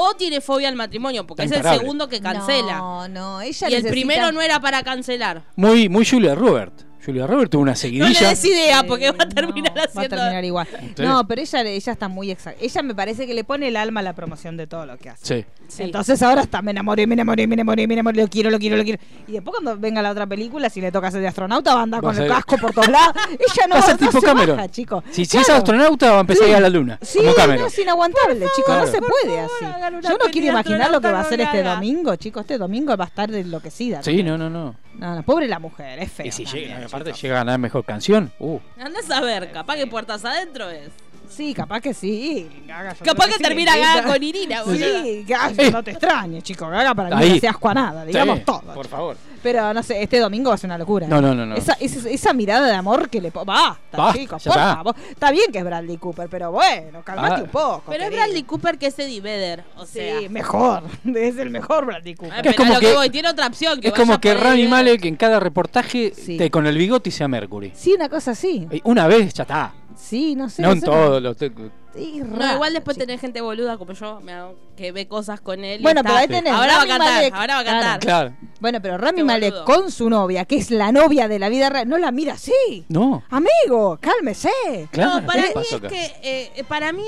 O tiene fobia al matrimonio, porque Está es el imparable. segundo que cancela. No, no, y ella el necesita- primero no era para cancelar. Muy, muy Julia Robert. Julia Robert tuvo una No le seguidilla. des idea, porque Eh, va a no, terminar Va a haciendo. terminar igual. Sí. No, pero ella, ella está muy exacta. Ella me parece que le pone el alma a la promoción de todo lo que hace. Sí. Sí. Entonces ahora está, me enamoré, me enamoré, me enamoré, me enamoré, lo quiero, lo quiero, lo quiero. Y después cuando venga la otra película, si le toca ser de astronauta, va a andar Va a con el ser- casco por todos lados. Ella no va a ser no tipo se Cameron. baja, chico. Si, si Claro. es astronauta, va a empezar a ir a la luna. Sí, como no, Cameron. es inaguantable, chicos, no Claro. se puede favor, hagan una así. Yo no peli quiero imaginar lo que va a hacer este astronauta no domingo, chicos. Este domingo va a estar enloquecida. Sí, no, no, no. No, no, pobre la mujer, es feo. Y si también, llega, aparte chicos. llega a ganar mejor canción. Uh, Andás a ver, capaz que puertas adentro es. Sí, capaz que sí. Gaga, yo Capaz creo que sí, termina linda. Gaga con Irina, boludo. Sí, Gaga, Eh. no te extrañes, chico. Gaga para mí Ahí. no seas cuanada, digamos Sí, todo. Por favor. Pero no sé, este domingo va a ser una locura. ¿eh? No, no, no, no. Esa, esa, esa mirada de amor que le. po- Basta, Basta, chicos, ya por está. favor. Está bien que es Bradley Cooper, pero bueno, calmate Ah. un poco. Pero es querido. Bradley Cooper que es Eddie Vedder. O sea, Sí, mejor. Es el mejor Bradley Cooper. Ay, Es pero como a lo que que- voy, tiene otra opción. Que Es como vaya que por Rami Eddie Malek en cada reportaje Sí. te- con el bigote y sea Mercury. Ah. Sí, una cosa así. Eh, Una vez ya está. Sí, no sé. no en sé. todos los. te- Sí, Vedder. raro, No, igual después chico. tenés gente boluda como yo me hago- que ve cosas con él. y Bueno, está. pero ahí tenés Ahora va a Rami cantar, Malek. ahora va a Claro. cantar. Claro. Bueno, pero Rami Qué Malek Este boludo. con su novia, que es la novia de la vida real, no la mira así. No. Amigo, cálmese. Claro. No, para ¿Qué mí pasó es acá? que. eh, eh, para mí.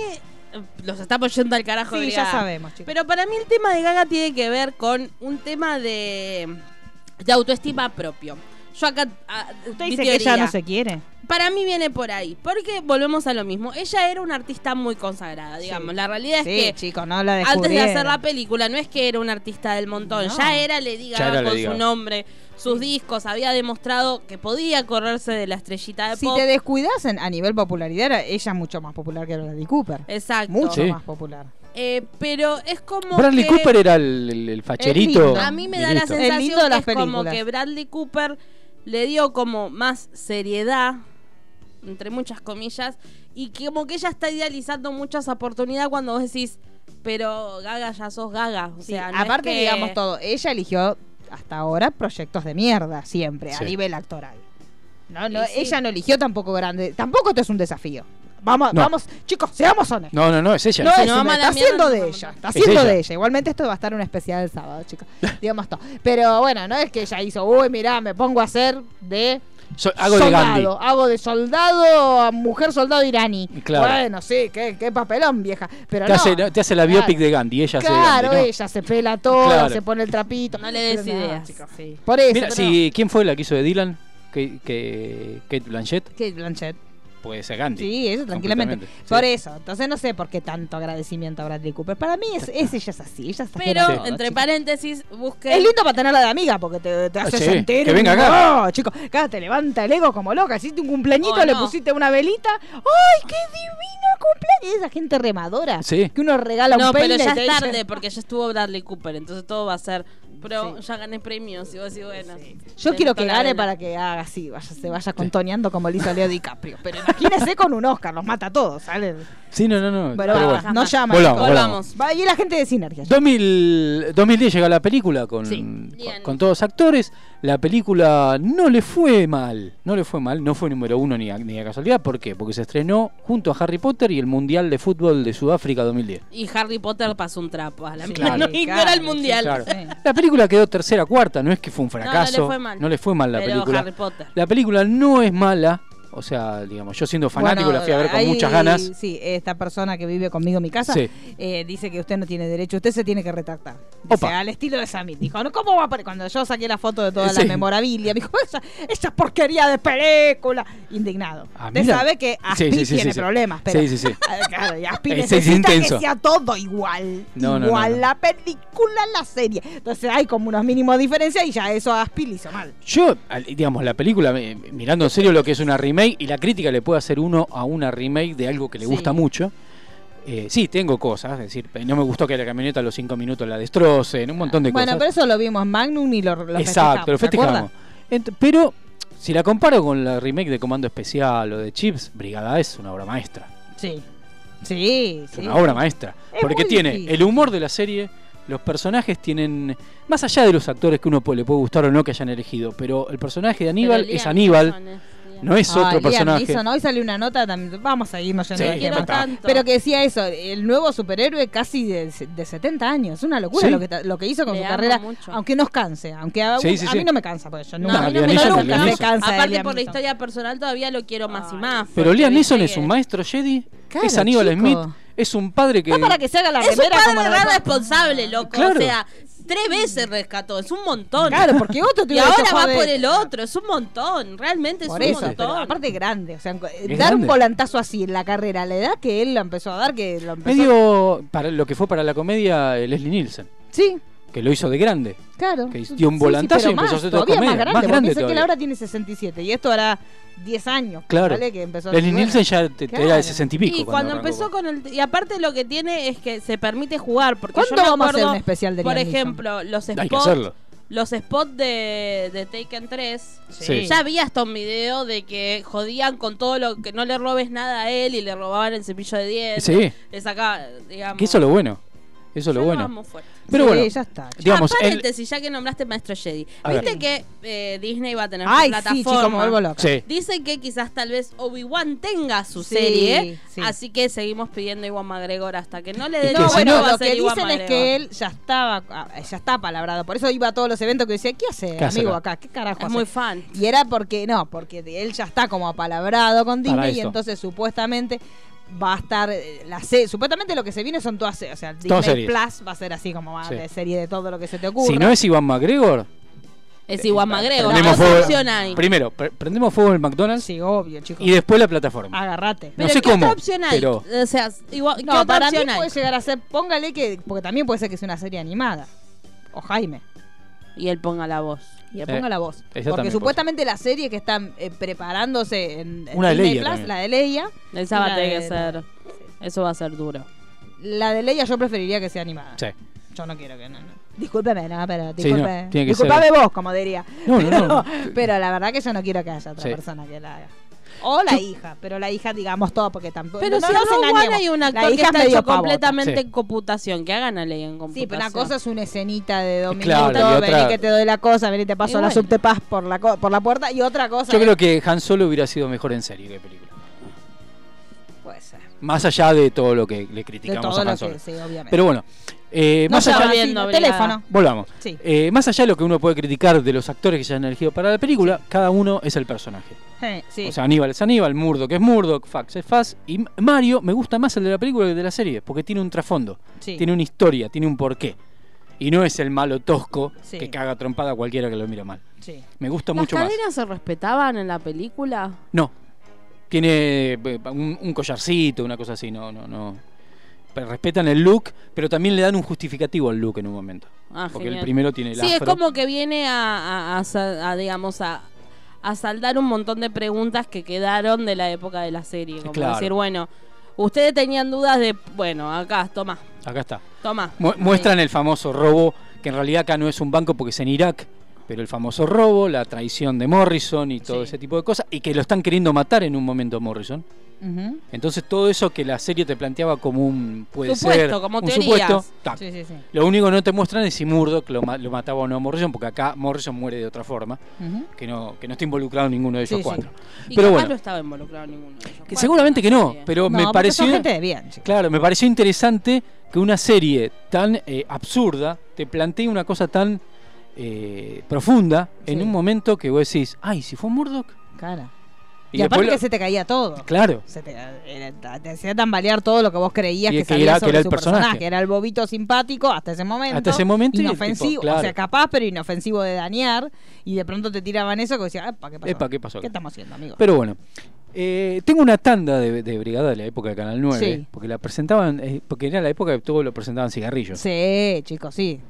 eh, Los estamos yendo al carajo. Sí, ya brigada. sabemos, chicos. Pero para mí el tema de Gaga tiene que ver con un tema de, de autoestima propio. Yo acá. ah, Usted mi dice que ella teoría. no se quiere. Para mí viene por ahí. Porque volvemos a lo mismo. Ella era una artista muy consagrada, digamos. La realidad es Sí, que. chicos, no la Antes de descubrieron. hacer la película, no es que era un artista del montón, No. ya era Lady Ya Gaga era con Lady su Gaga. nombre, sus discos, había demostrado que podía correrse de la estrellita de Si pop. te descuidas en- a nivel popularidad, era- ella es mucho más popular que Bradley Cooper. Exacto. Mucho Sí. más popular. Eh, pero es como Bradley que Cooper era el, el- el facherito. lindo. a mí me y da la listo. El lindo de sensación que las es como películas. que Bradley Cooper le dio como más seriedad entre muchas comillas y que como que ella está idealizando muchas oportunidades cuando vos decís pero Gaga ya sos Gaga o Sí, sea no es aparte, que- digamos todo, ella eligió hasta ahora proyectos de mierda siempre, a Sí. nivel actoral. No, no, Y sí. Ella no eligió tampoco grande. Tampoco esto es un desafío. Vamos, No. vamos, chicos, seamos honestos. No, no, no, es ella. No, Si es no, una- vamos a la está mierda, haciendo nos de vamos. ella, está Es haciendo ella. de ella. Igualmente esto va a estar en un especial el sábado, chicos. Digamos todo. Pero bueno, no es que ella hizo, uy, mirá, me pongo a hacer de So- hago de soldado, Gandhi. hago de soldado a mujer soldado iraní. Claro. Bueno, sí, qué, qué papelón, vieja. Pero Te no. hace, te hace la Claro. biopic de Gandhi, ella hace de Claro, Gandhi, ¿no? ella se pela todo, Claro. se pone el trapito. No le des Pero no, ideas. chicos, sí. Por eso. Mira, pero si, ¿quién fue la que hizo de Dylan? Que, que, Kate Blanchett. no. Kate Blanchett. Puede ser Gandhi. Sí, eso tranquilamente. Completamente, Por sí. eso. Entonces no sé por qué tanto agradecimiento a Bradley Cooper. Para mí es, es ella es así. Ella está pero haciendo todo, entre chicos. paréntesis busqué Es lindo para tenerla de amiga porque te, te hace Ah, sí, sentir. que venga un- acá. Oh, chicos, acá te levanta el ego como loca. Hiciste un cumpleañito, Oh, le no. pusiste una velita. ¡Ay, qué divino cumpleaños! Esa gente remadora. Sí. Que uno regala un no pero peine y ya te es dice- tarde porque ya estuvo Bradley Cooper entonces todo va a ser pero ya gané premios y vos decís bueno Yo te quiero meto que la gane vela. para que haga así, vaya, se vaya contoneando como lo hizo Leo DiCaprio. Pero imagínese con un Oscar, los mata a todos, ¿sale? Sí, no, no, no. Bueno, pero va, bueno. no llama. Volvamos, chicos. volvamos. Va, y la gente de Sinergia. 2000 2010 llega la película con, con- Bien. con todos los actores. La película no le fue mal. No le fue mal. No fue número uno ni a, ni a casualidad. ¿Por qué? Porque se estrenó junto a Harry Potter y el Mundial de Fútbol de Sudáfrica 2010. y Harry Potter pasó un trapo a la Sí, mierda. claro. no ignoró el mundial Claro. Sí. La película quedó tercera, cuarta. No es que fue un fracaso. fue mal. No le fue mal la pero película. Harry Potter La película no es mala. O sea, digamos, yo siendo fanático Bueno, la fui a ver con ahí, muchas ganas. Sí, esta persona que vive conmigo en mi casa Sí. eh, dice que usted no tiene derecho, usted se tiene que retractar. Dice, Opa. Eh, al estilo de Sammy. Dijo, "No, ¿cómo va a poner-?" Cuando yo saqué la foto de toda la Sí. memorabilia, dijo, esa, esa porquería de película. Indignado. Ah, usted mira. sabe que Sí, Aspi sí, sí, tiene sí, sí. problemas, pero. Sí, sí, sí. Ah, Claro, y Aspi Es- es necesita que intenso. sea todo igual. No, no, no, igual no. la película, la serie. Entonces hay como unos mínimos diferencias y ya eso a Aspi le hizo mal. Yo, al- digamos, la película, eh, mirando en serio lo que es una remake, y la crítica le puede hacer uno a una remake de algo que le Sí. gusta mucho. eh, sí, tengo cosas, es decir, eh, no me gustó que la camioneta a los cinco minutos la destrocen, un montón de Bueno, cosas. pero eso lo vimos en Magnum y lo, lo Exacto, lo ¿se acuerda? festejamos. Ent- pero, si la comparo con la remake de Comando Especial o de Chips, Brigada es una obra maestra. Sí. Sí, Es sí. una obra maestra. Es porque muy tiene difícil. el humor de la serie, los personajes tienen. Más allá de los actores que uno po- le puede gustar o no que hayan elegido, pero el personaje de Aníbal es Aníbal, no es Ay, otro Liam personaje. Neeson, hoy salió una nota también. Vamos a seguirnos yendo Sí, del quiero tema. está. tanto Pero que decía eso, el nuevo superhéroe casi de, de 70 años. Una locura Sí. lo, que, ta- lo que hizo con Le su amo carrera. mucho. Aunque nos canse. Aunque a, Sí, sí, a sí. mí no me cansa, porque yo No, nunca, No, a mí no Liam me Neeson cansa. es Liam nunca me Neeson. cansa. de Aparte Liam por la Neeson. historia personal todavía lo quiero más y Ay, más. Pero porque Liam viste Neeson es que- un maestro Jedi, Claro, es Aníbal chico. Smith, es un padre que. No para que se haga la Es un remera como padre la re otra. responsable, loco. O Claro. sea, tres veces rescató, es un montón. Claro, porque otro te y hubiera ahora hecho va joder. por el otro, es un montón. Realmente es Por un eso, montón. pero aparte grande, o sea, dar un grande. volantazo así en la carrera, la edad que él lo empezó a dar, que lo empezó Medio para lo que fue para la comedia eh, Leslie Nielsen. Sí, que lo hizo de grande. Claro. Que dio un volantazo y empezó a hacer todo todavía comedia. más grande. porque piensa que todavía. él ahora tiene 67 y esto hará 10 años. Claro. ¿vale? Que empezó a- Leslie bueno. Nielsen ya te- Claro. era de 60 y pico. Y cuando empezó con el. Y aparte lo que tiene es que se permite jugar. Porque yo ¿Cuándo me vamos a hacer acuerdo, un especial de Por Liam Neeson? ejemplo, los Hay que spots. hacerlo. Los spots de, de Taken 3. Sí. Ya había hasta un video de que jodían con todo lo que no le robes nada a él y le robaban el cepillo de dientes. Sí. Le sacaban, digamos. Que eso es lo bueno. Eso es lo Yo bueno. amo fuerte. Pero Sí, bueno, ya está. digamos, ah, él- paréntesis, ya que nombraste Maestro Jedi. A ver. Viste que eh, Disney va a tener Ay, su sí, plataforma. chico, me vuelvo loca. Sí. Dicen que quizás tal vez Obi-Wan tenga su Sí, serie, sí. así que seguimos pidiendo a Iwan McGregor hasta que no le Y den que No, si bueno, no- va a lo ser que Iwan dicen es McGregor. que él ya estaba, ah, ya está palabrado. Por eso iba a todos los eventos que decía, ¿qué hace, ¿Qué hace amigo acá? acá? ¿Qué carajo es hace? muy fan. Y era porque, no, porque de- él ya está como apalabrado con Para Disney y eso. entonces supuestamente va a estar eh, la se- supuestamente lo que se viene son todas se- o sea Disney Todas series. Plus va a ser así como va Sí. de serie de todo lo que se te ocurra si no es Iván McGregor, Es Iwan McGregor. prendemos ¿Qué fuego- opción hay? Primero, pre- prendemos fuego en el McDonald's sí obvio chicos y después la plataforma. agárrate Ah, Pero no sé ¿qué cómo, otra opción hay? pero- O sea, Iwan- ¿qué no otra para mí opción hay? puede llegar a ser póngale que porque también puede ser que sea una serie animada o Jaime Y él ponga la voz. y le eh, Sí. ponga la voz Esa porque también supuestamente la serie que están eh, preparándose en, en Una de Disney Leia Plus también. la de Leia El sábado La tiene que de- ser. Eso va a ser duro. la de Leia yo preferiría que sea animada Sí. Yo no quiero que. No, no. Discúlpeme, no, pero Sí, no, discúlpeme. tiene que discúlpame ser- vos, como diría. No, no, pero, no. pero la verdad que yo no quiero que haya otra Sí. persona que la haga. O la hija, pero la hija, digamos todo, porque tampoco. Pero no, si no no, nos engañemos. hay un La actor que hija es está medio hecho pavota. completamente Sí. en computación. Que hagan a ley en computación. Sí, pero una cosa es una escenita de dos Claro, minutos, y vení otra- que te doy la cosa, vení te paso Y la bueno. subtepaz por la, co- por la puerta, y otra cosa. Yo es- creo que Han Solo hubiera sido mejor en serie que en película. Puede ser. Más allá de todo lo que le De criticamos todo a lo Han Solo. que. Sí, obviamente. Pero bueno, eh, no más se allá... ahora- viendo, teléfono. Volvamos. Sí. Eh, más allá de lo que uno puede criticar de los actores que se han elegido para la película, cada uno es el personaje. Eh, sí. O sea, Aníbal es Aníbal, Murdoch es Murdoch, Fax es Fax. Y M- Mario me gusta más el de la película que el de la serie, porque tiene un trasfondo, sí. tiene una historia, tiene un porqué. Y no es el malo tosco Sí. que caga trompada a cualquiera que lo mira mal. sí. Me gusta ¿Las mucho más. cadenas se respetaban en la película? No. Tiene eh, un, un collarcito, una cosa así, no, no, no. Pero respetan el look, pero también le dan un justificativo al look en un momento. Ah, porque genial. el primero tiene el Sí, es afro. como que viene a, a- a sa- a, digamos, a, a saldar un montón de preguntas que quedaron de la época de la serie. Como Claro. decir, bueno, ustedes tenían dudas de. Bueno, acá, toma, Acá está. toma. Mu- muestran el famoso robo, que en realidad acá no es un banco porque es en Irak, pero el famoso robo, la traición de Morrison y todo Sí. ese tipo de cosas, y que lo están queriendo matar en un momento a Morrison. Ujú. Entonces todo eso que la serie te planteaba como un puede Supuesto, ser como un teorías. supuesto, tac. Sí, sí, sí. Lo único que no te muestran es si Murdoch lo, ma- lo mataba o no a Morrison, porque acá Morrison muere de otra forma, Ujú. que no, que no está involucrado ninguno de ellos Sí, sí. cuatro. Y Pero capaz bueno, no estaba involucrado ninguno de ellos. que Cuatro, seguramente la que no, serie. pero No, me porque pareció... Son gente de bien, chicos. Claro, me pareció interesante que una serie tan eh, absurda te plantee una cosa tan eh, profunda en Sí. un momento que vos decís, ay, si fue Murdoch. Cara. Y Y, aparte después lo- que se te caía todo. Claro, Se te, era- te hacía tambalear todo lo que vos creías Y que, que sabías era- sobre que era el su personaje. Era el bobito simpático hasta ese momento. Hasta ese momento y el Inofensivo. tipo, claro. O sea, capaz, pero inofensivo de dañar. Y de pronto te tiraban eso que decías, ¿para qué pasó? Epa, ¿qué pasó acá?" ¿Qué estamos haciendo, amigo? pero bueno. Eh, tengo una tanda de, de Brigada de la época de Canal 9, Sí. porque la presentaban, eh, porque era la época que todo lo presentaban cigarrillos. Sí, chicos, sí.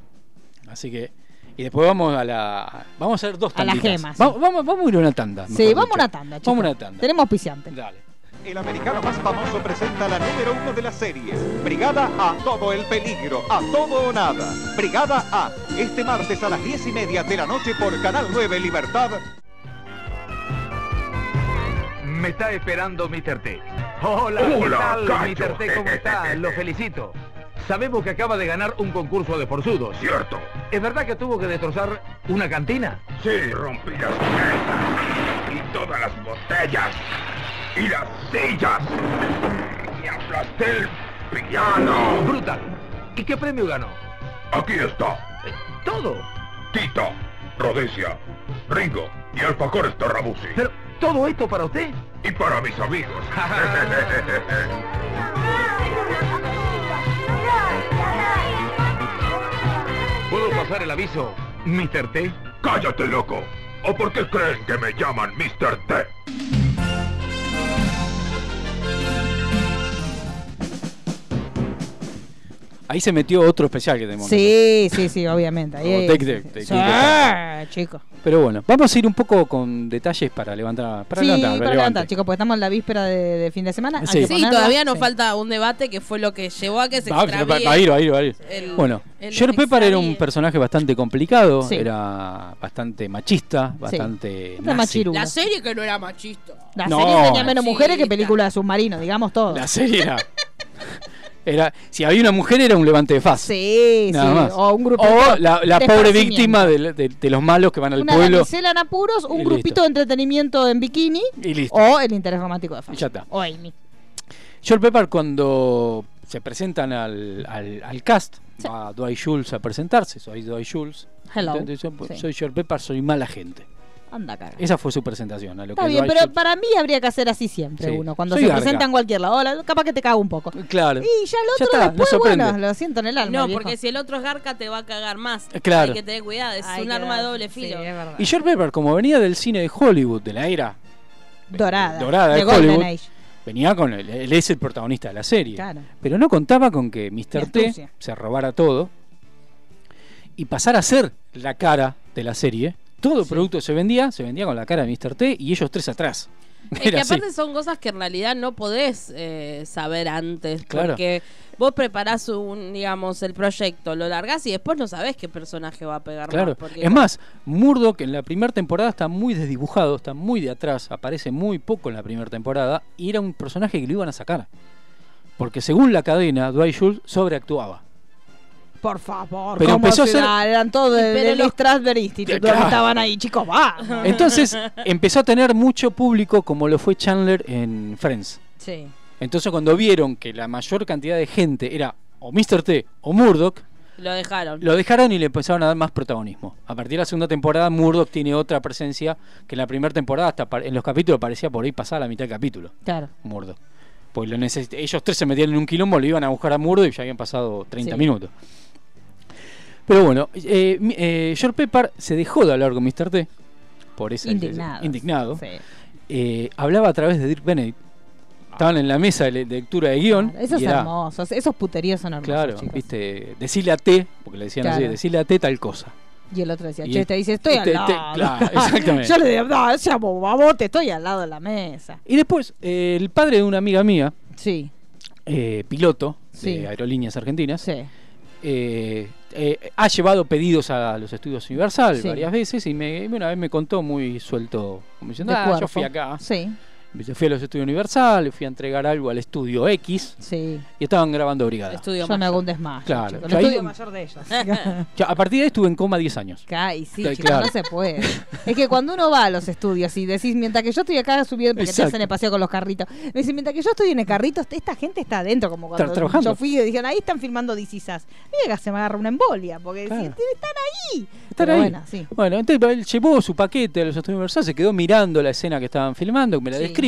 Así que. Y después vamos a la. Vamos a hacer dos A la tanditas. gema, sí. Va- vamos, vamos a ir a una tanda. Sí, mejor vamos a dicho. una tanda, chicos. Vamos a una tanda. Tenemos auspiciante. Dale. El americano más famoso presenta la número uno de las series. Brigada A, todo el peligro, a todo o nada. Brigada A, este martes a las diez y media de la noche por Canal 9 Libertad. Me está esperando Mr. T. Hola, ¿qué Hola, tal, Cacho. Mr. T? ¿Cómo está? Lo felicito. Sabemos que acaba de ganar un concurso de forzudos. Cierto. ¿Es verdad que tuvo que destrozar una cantina? Sí, rompí las mesas y todas las botellas y las sillas. Y aplasté el piano. Brutal. ¿Y qué premio ganó? Aquí está. Eh, Todo. Tita, Rodesia, Ringo y Alfacores Tarrabusi. Pero, ¿todo esto para usted? Y para mis amigos. ¿Puedo pasar el aviso, Mr. T? ¡Cállate, loco! ¿O por qué creen que me llaman Mr. T? Ahí se metió otro especial que tenemos. Sí, sí, sí, obviamente. Ahí, Robotech de- de- Sí, de- chico. Pero bueno, vamos a ir un poco con detalles para levantar. Para sí, levantar, para levante. levantar, chicos, porque estamos en la víspera de, de fin de semana. hay Sí. que Sí, ponerla. todavía nos Sí. falta un debate que fue lo que llevó a que se Va, va, extravíe va a ir, va a ir, va a ir. el- bueno, el Jer Pepper era un personaje bastante complicado, Sí. era bastante machista, bastante Era nazi. machirula. La serie que no era machista. La No. serie tenía menos mujeres que película de submarino, digamos todo. La serie era, era- si había una mujer era un levante de faz. Sí, Nada sí, más. o un grupito O la, la de pobre esparcimiento. víctima del- de, de los malos que van al Una pueblo damisela en apuros, un Y grupito listo. de entretenimiento en bikini y listo. o el interés romántico de Y Fabio. ya está. O Amy. Joel Pepper cuando se presentan al, al- al cast, va Dwight Jules a presentarse, soy Dwight Jules. Hello. Entonces, yo, pues, Sí. Soy Joel Pepper, soy mala gente. Anda cara. Esa fue su presentación. A lo Está que bien, Dwight pero Schultz- para mí habría que hacer así siempre Sí. uno. Cuando Soy se garga. presenta en cualquier lado, hola, capaz que te cago un poco. Claro. Y ya el Ya otro está, no después, sorprende. bueno, lo siento en el alma. No, viejo. porque si el otro es garca te va a cagar más. Eh, claro. Hay que tener cuidado, es un arma de doble filo. Y Joel Pepper, como venía del cine de Hollywood, de la era Dorada. dorada de de Golden Hollywood, Age. venía con el, él es el protagonista de la serie. Claro. Pero no contaba con que Mr. T astucia. se robara todo y pasara a ser la cara de la serie. Todo producto que se vendía, se vendía con la cara de Mr. T y ellos tres atrás. Es que Era así. aparte son cosas que en realidad no podés eh, saber antes. Claro. Porque vos preparás un, digamos, el proyecto, lo largás y después no sabés qué personaje va a pegar Claro. más. porque- Es más, Murdoch en la primera temporada está muy desdibujado, está muy de atrás, aparece muy poco en la primera temporada y era un personaje que lo iban a sacar. Porque según la cadena, Dwight Schultz sobreactuaba. Por favor, Pero ¿cómo empezó a se ser- da? Eran todos de- Pero del los- Strasberg Institute. Claro. donde Estaban ahí, chicos, va. Entonces empezó a tener mucho público como lo fue Chandler en Friends. Sí. Entonces cuando vieron que la mayor cantidad de gente era o Mr. T o Murdoch, Lo dejaron. lo dejaron y le empezaron a dar más protagonismo. A partir de la segunda temporada, Murdoch tiene otra presencia que en la primera temporada, hasta pa- en los capítulos, parecía por ahí pasada la mitad del capítulo. Claro. Murdoch. Pues lo necesit- ellos tres se metían en un quilombo, lo iban a buscar a Murdoch y ya habían pasado 30 Sí. minutos. Pero bueno, eh, mi- eh, George Pepper se dejó de hablar con Mr. T. Por ese, Indignados. indignado. Sí. Eh, hablaba a través de Dirk Benedict. Estaban en la mesa de le- de lectura de guión. Claro, Esos y era- hermosos, esos puteríos son hermosos. Claro, chicos. viste, decirle a T, porque le decían así, Claro. decirle a T tal cosa. Y el otro decía, Y che, el- te dice, estoy te- al te- lado. claro, exactamente. Yo le digo, no, ya bobabote, estoy al lado de la mesa. Y después, eh, el padre de una amiga mía, Sí, eh, piloto Sí. de Aerolíneas Argentinas, sí. eh, eh, ha llevado pedidos a los estudios Universal Sí. varias veces y me, una vez me contó muy suelto, como diciendo, de "Ah, cuerpo. yo fui acá, Sí, yo fui a los estudios Universal, fui a entregar algo al estudio X sí. y estaban grabando Brigada. Estudio Yo más. me hago un desmayo. Claro, yo chicos, El ahí- estudio mayor de ellos. Ya, a partir de ahí estuve en coma 10 años. Ay, sí, Claro, chicos, claro. no se puede. Es que cuando uno va a los estudios y decís, mientras que yo estoy acá subiendo, porque te Exacto. hacen el paseo con los carritos, me dicen, mientras que yo estoy en el carrito, esta gente está adentro, como cuando Está trabajando. yo fui y dijeron, ahí están filmando Dicisas. Mira, se me agarra una embolia, porque Claro. si- están ahí. Estar Pero ahí. Bueno, sí. Bueno, entonces él llevó su paquete a los estudios Universal, se quedó mirando la escena que estaban filmando, me la Sí. describe.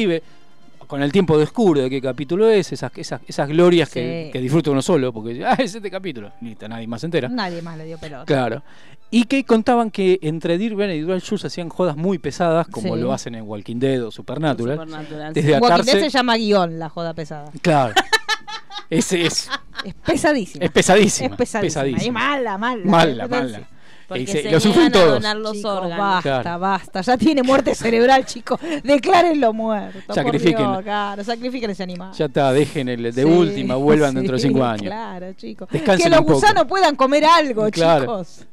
Con el tiempo descubro de qué capítulo es, esas, esas, esas glorias que, Sí. que disfruta uno solo, porque ah, es este capítulo, listo, nadie más se entera. Nadie más le dio pelota. Claro. Y que contaban que entre Dirk Benedict y Dual Jules hacían jodas muy pesadas, como Sí. lo hacen en Walking Dead o Supernatural. Supernatural, Desde Walking Dead se atarse. llama guión, la joda pesada. Claro. Ese es, Es pesadísima. es pesadísima. Es pesadísima. Y mala, mala. Mala, Es mala. Porque Y se- se lo sufren niegan a todos. donar los Chicos, órganos. basta, Claro. basta. Ya tiene muerte cerebral, chicos. Declárenlo muerto. por Sacrifíquenlo. Dios, claro, sacrifiquen ese animal. Ya está, dejen el de Sí, última, vuelvan dentro de sí, cinco años. Claro, chicos. Descansen que los un poco. gusanos puedan comer algo, Claro. chicos.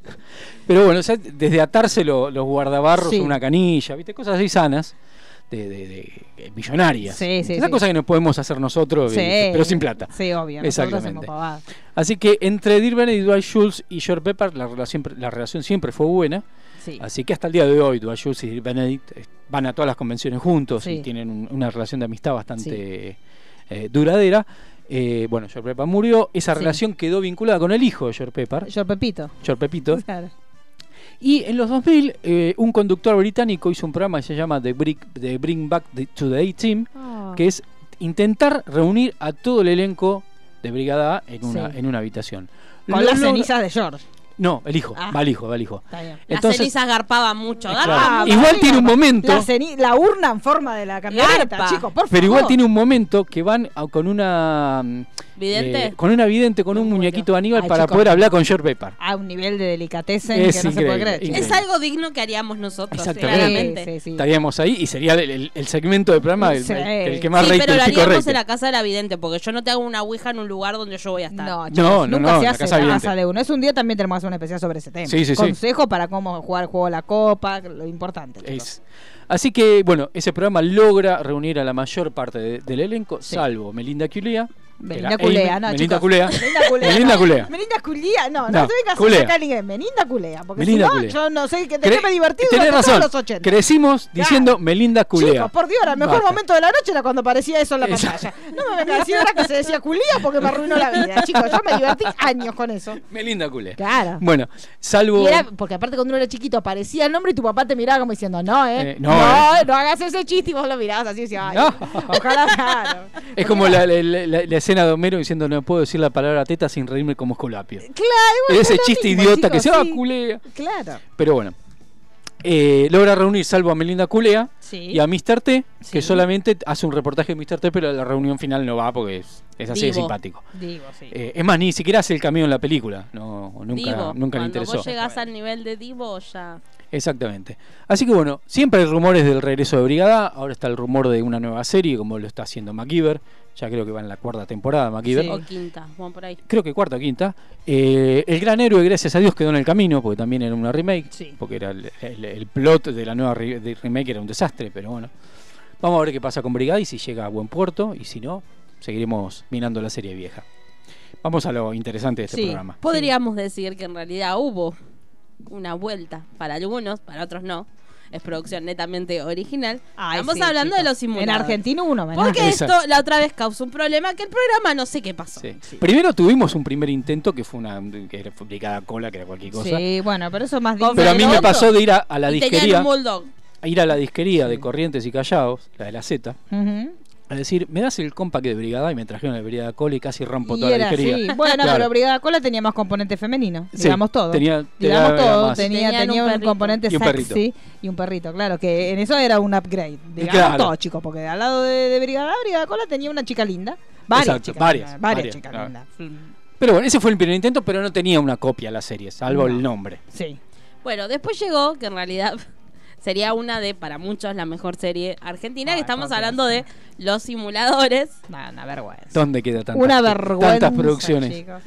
Pero bueno, o sea, desde atarse lo- los guardabarros Sí. a una canilla, ¿viste? Cosas así sanas, de, de- de- de millonarias. Sí, sí, Esas sí. cosas que nos podemos hacer nosotros, eh, pero sin plata. Sí, obvio. nosotros hacemos Exactamente. pavadas. Así que entre Dirk Benedict, Dwight Schultz y George Pepper, la relación, la relación siempre fue buena. Sí. Así que hasta el día de hoy, Dwight Schultz y Dirk Benedict eh, van a todas las convenciones juntos Sí. y tienen un- una relación de amistad bastante Sí. eh, duradera. Eh, bueno, George Pepper murió. Esa Sí. relación quedó vinculada con el hijo de George Pepper, Yo, Pepito. George Pepito. Claro. Y en los 2000, eh, un conductor británico hizo un programa que se llama The, Brick- The Bring Back the- to the A-Team, Ah. que es intentar reunir a todo el elenco de Brigada A en una, Sí. en una habitación. Con Lo las logra- cenizas de George. No, el hijo, Ah. va el hijo, va el hijo. Está bien. Las Entonces- cenizas garpaban mucho. Eh, garpa claro. Ah, mucho. Igual tiene un momento, La, ceni- la urna en forma de la camioneta, Garpa. chicos, por favor. pero igual tiene un momento que van a- con una mm, ¿Vidente? eh, con una vidente, con un muñequito de Aníbal Ay, Ah, para chicos. poder hablar con George Pepper. A un nivel de delicateza en Es que no se puede increíble, creer. increíble. Es algo digno que haríamos nosotros, Exactamente. claramente. Sí, sí, sí. Estaríamos ahí y sería el, el- el segmento del programa del, Sí. del- del que más Sí, rating, pero lo el pico haríamos rating. en la casa de la vidente, porque yo no te hago una ouija en un lugar donde yo voy a estar. No, chicos, No, no, nunca no, se la hace casa la evidente. casa de uno. Es un día también tenemos que hacer un especial sobre ese tema. Sí, sí, sí. Consejos para cómo jugar el juego de la copa, lo importante. Es. Así que, bueno, ese programa logra reunir a la mayor parte de- del elenco, salvo Melinda Culea. que Melinda era Culea, Amy- no, Melinda chicos. Culea. Melinda Culea. Melinda no. Culea. Melinda Culea, no, no, No, te vengas Culea. a sacar inglés. Melinda Culea, porque Melinda si no, Culea. yo no sé que- de qué Cre- me divertí Tenés durante todos razón. los 80. Crecimos diciendo Melinda Culea. Chicos, por Dios, el mejor Basta. momento de la noche era cuando parecía eso en la Exacto. pantalla. No me vengas a decir ahora que se decía Culea porque me arruinó la vida. Chicos, yo me divertí años con eso. Melinda Culea. Claro. Bueno, salvo. Y era- porque aparte cuando uno era chiquito aparecía el nombre y tu papá te miraba como diciendo, no, eh, Eh, no, no, no, eh. hagas ese chiste y vos lo mirabas así y decías, ay, No. ojalá, claro. Es como la, la- la- la escena de Homero diciendo no puedo decir la palabra teta sin reírme como escolapio. Claro, Ese es lo chiste mismo, idiota que chicos, se va sí. culea. Claro. Pero bueno, eh, logra reunir salvo a Melinda Culea Sí. y a Mr. T, que Sí. solamente hace un reportaje de Mr. T, pero a la reunión final no va porque es, es así de Divo. simpático. Digo, sí. Eh, es más, ni siquiera hace el cameo en la película. No, nunca, Divo. nunca le Cuando interesó. vos llegás al nivel de Divo, ya. Exactamente. Así que bueno, siempre hay rumores del regreso de Brigada. Ahora está el rumor de una nueva serie, como lo está haciendo MacGyver. Ya creo que va en la cuarta temporada MacGyver. O quinta, vamos por ahí. Creo que cuarta o quinta. Eh, el gran héroe, gracias a Dios, quedó en el camino, porque también era una remake. Porque era el, el- el plot de la nueva re- de remake era un desastre, pero bueno. Vamos a ver qué pasa con Brigada y si llega a buen puerto, y si no, seguiremos mirando la serie vieja. Vamos a lo interesante de este Sí, programa. Podríamos decir que en realidad hubo una vuelta para algunos, para otros no. Es producción netamente original. Ay, Estamos sí, hablando de chicos. los simuladores. En Argentina uno, ¿verdad? Porque Exacto. esto la otra vez causó un problema que el programa no sé qué pasó. Sí. Primero tuvimos un primer intento que fue una que era publicada cola, que era cualquier cosa. Sí, bueno, pero eso es más digno. Pero a mí me pasó de ir a, a la y disquería, tenían un bulldog. a ir a la disquería de Corrientes y Callados, la de la Z, Ujú. a decir, ¿me das el compact de Brigada? Y me trajeron el Brigada Cola y casi rompo Y toda era la disquería. así. Bueno, Claro. pero Brigada Cola tenía más componente femenino. Sí, digamos todo. tenía- digamos tenía todo. más. Tenía, Tenían tenía un un, perrito. componente Y un perrito. sexy y un perrito, claro. Que en eso era un upgrade. Digamos Claro. todo, chicos. Porque al lado de, de Brigada, Brigada Cola tenía una chica linda. Varias Exacto, chicas. varias, lindas, varias, chicas claro. lindas. Pero bueno, ese fue el primer intento, pero no tenía una copia la serie, salvo el nombre. Sí. Bueno, después llegó, que en realidad sería una de, para muchos, la mejor serie argentina, que estamos hablando de los simuladores. Nah, Una vergüenza. ¿Dónde queda tantas, una vergüenza. tantas producciones? chicos.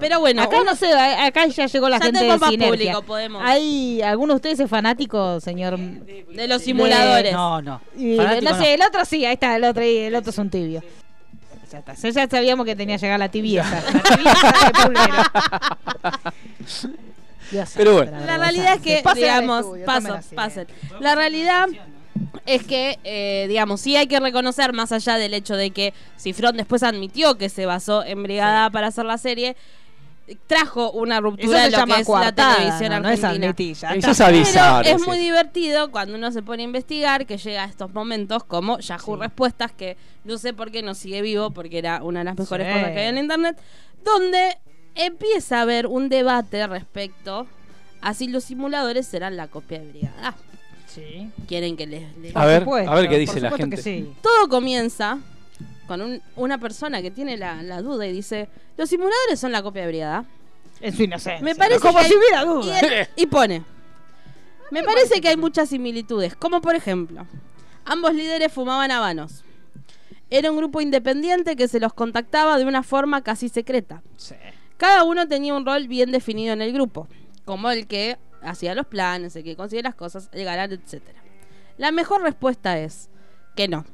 Pero bueno, acá uno- no sé, a- acá ya llegó la Ya gente de tengo más Sinergia. público, podemos. Eh, ¿Hay alguno de ustedes es fanático, señor? de los simuladores. No, no. Y Fanático no sé, no. el otro sí, ahí está, el otro, y el otro es un tibio. Ya está, ya- ya sabíamos que tenía que llegar la tibieza. la tibieza de pulero. Dios Pero santo, bueno. La realidad es que, Pasen al digamos, estudio, paso, tómenlo así. pasen. La realidad es que, eh, digamos, sí hay que reconocer, más allá del hecho de que Cifrón después admitió que se basó en Brigada para hacer la serie, trajo una Eso ruptura se en lo que llama es la coartada, televisión no, no es argentina. admitir, ya Eso está. es avisar. Pero es ese. muy divertido cuando uno se pone a investigar que llega a estos momentos como Yahoo Respuestas, que no sé por qué no sigue vivo, porque era una de las mejores Sí. cosas que había en internet, donde empieza a haber un debate respecto a si los simuladores serán la copia de Brigada. Sí. Quieren que les... les- A ver, supuesto, a ver qué por dice la supuesto que gente. sí. Todo comienza con un- una persona que tiene la, la duda y dice, los simuladores son la copia de Brigada. En su inocencia. Me parece Como que hay- si hubiera duda. Y, él- y pone. Me parece que hay muchas similitudes, como por ejemplo, ambos líderes fumaban habanos. Era un grupo independiente que se los contactaba de una forma casi secreta. Cada uno tenía un rol bien definido en el grupo, como el que hacía los planes, el que conseguía las cosas, el galán, etc. La mejor respuesta es que no.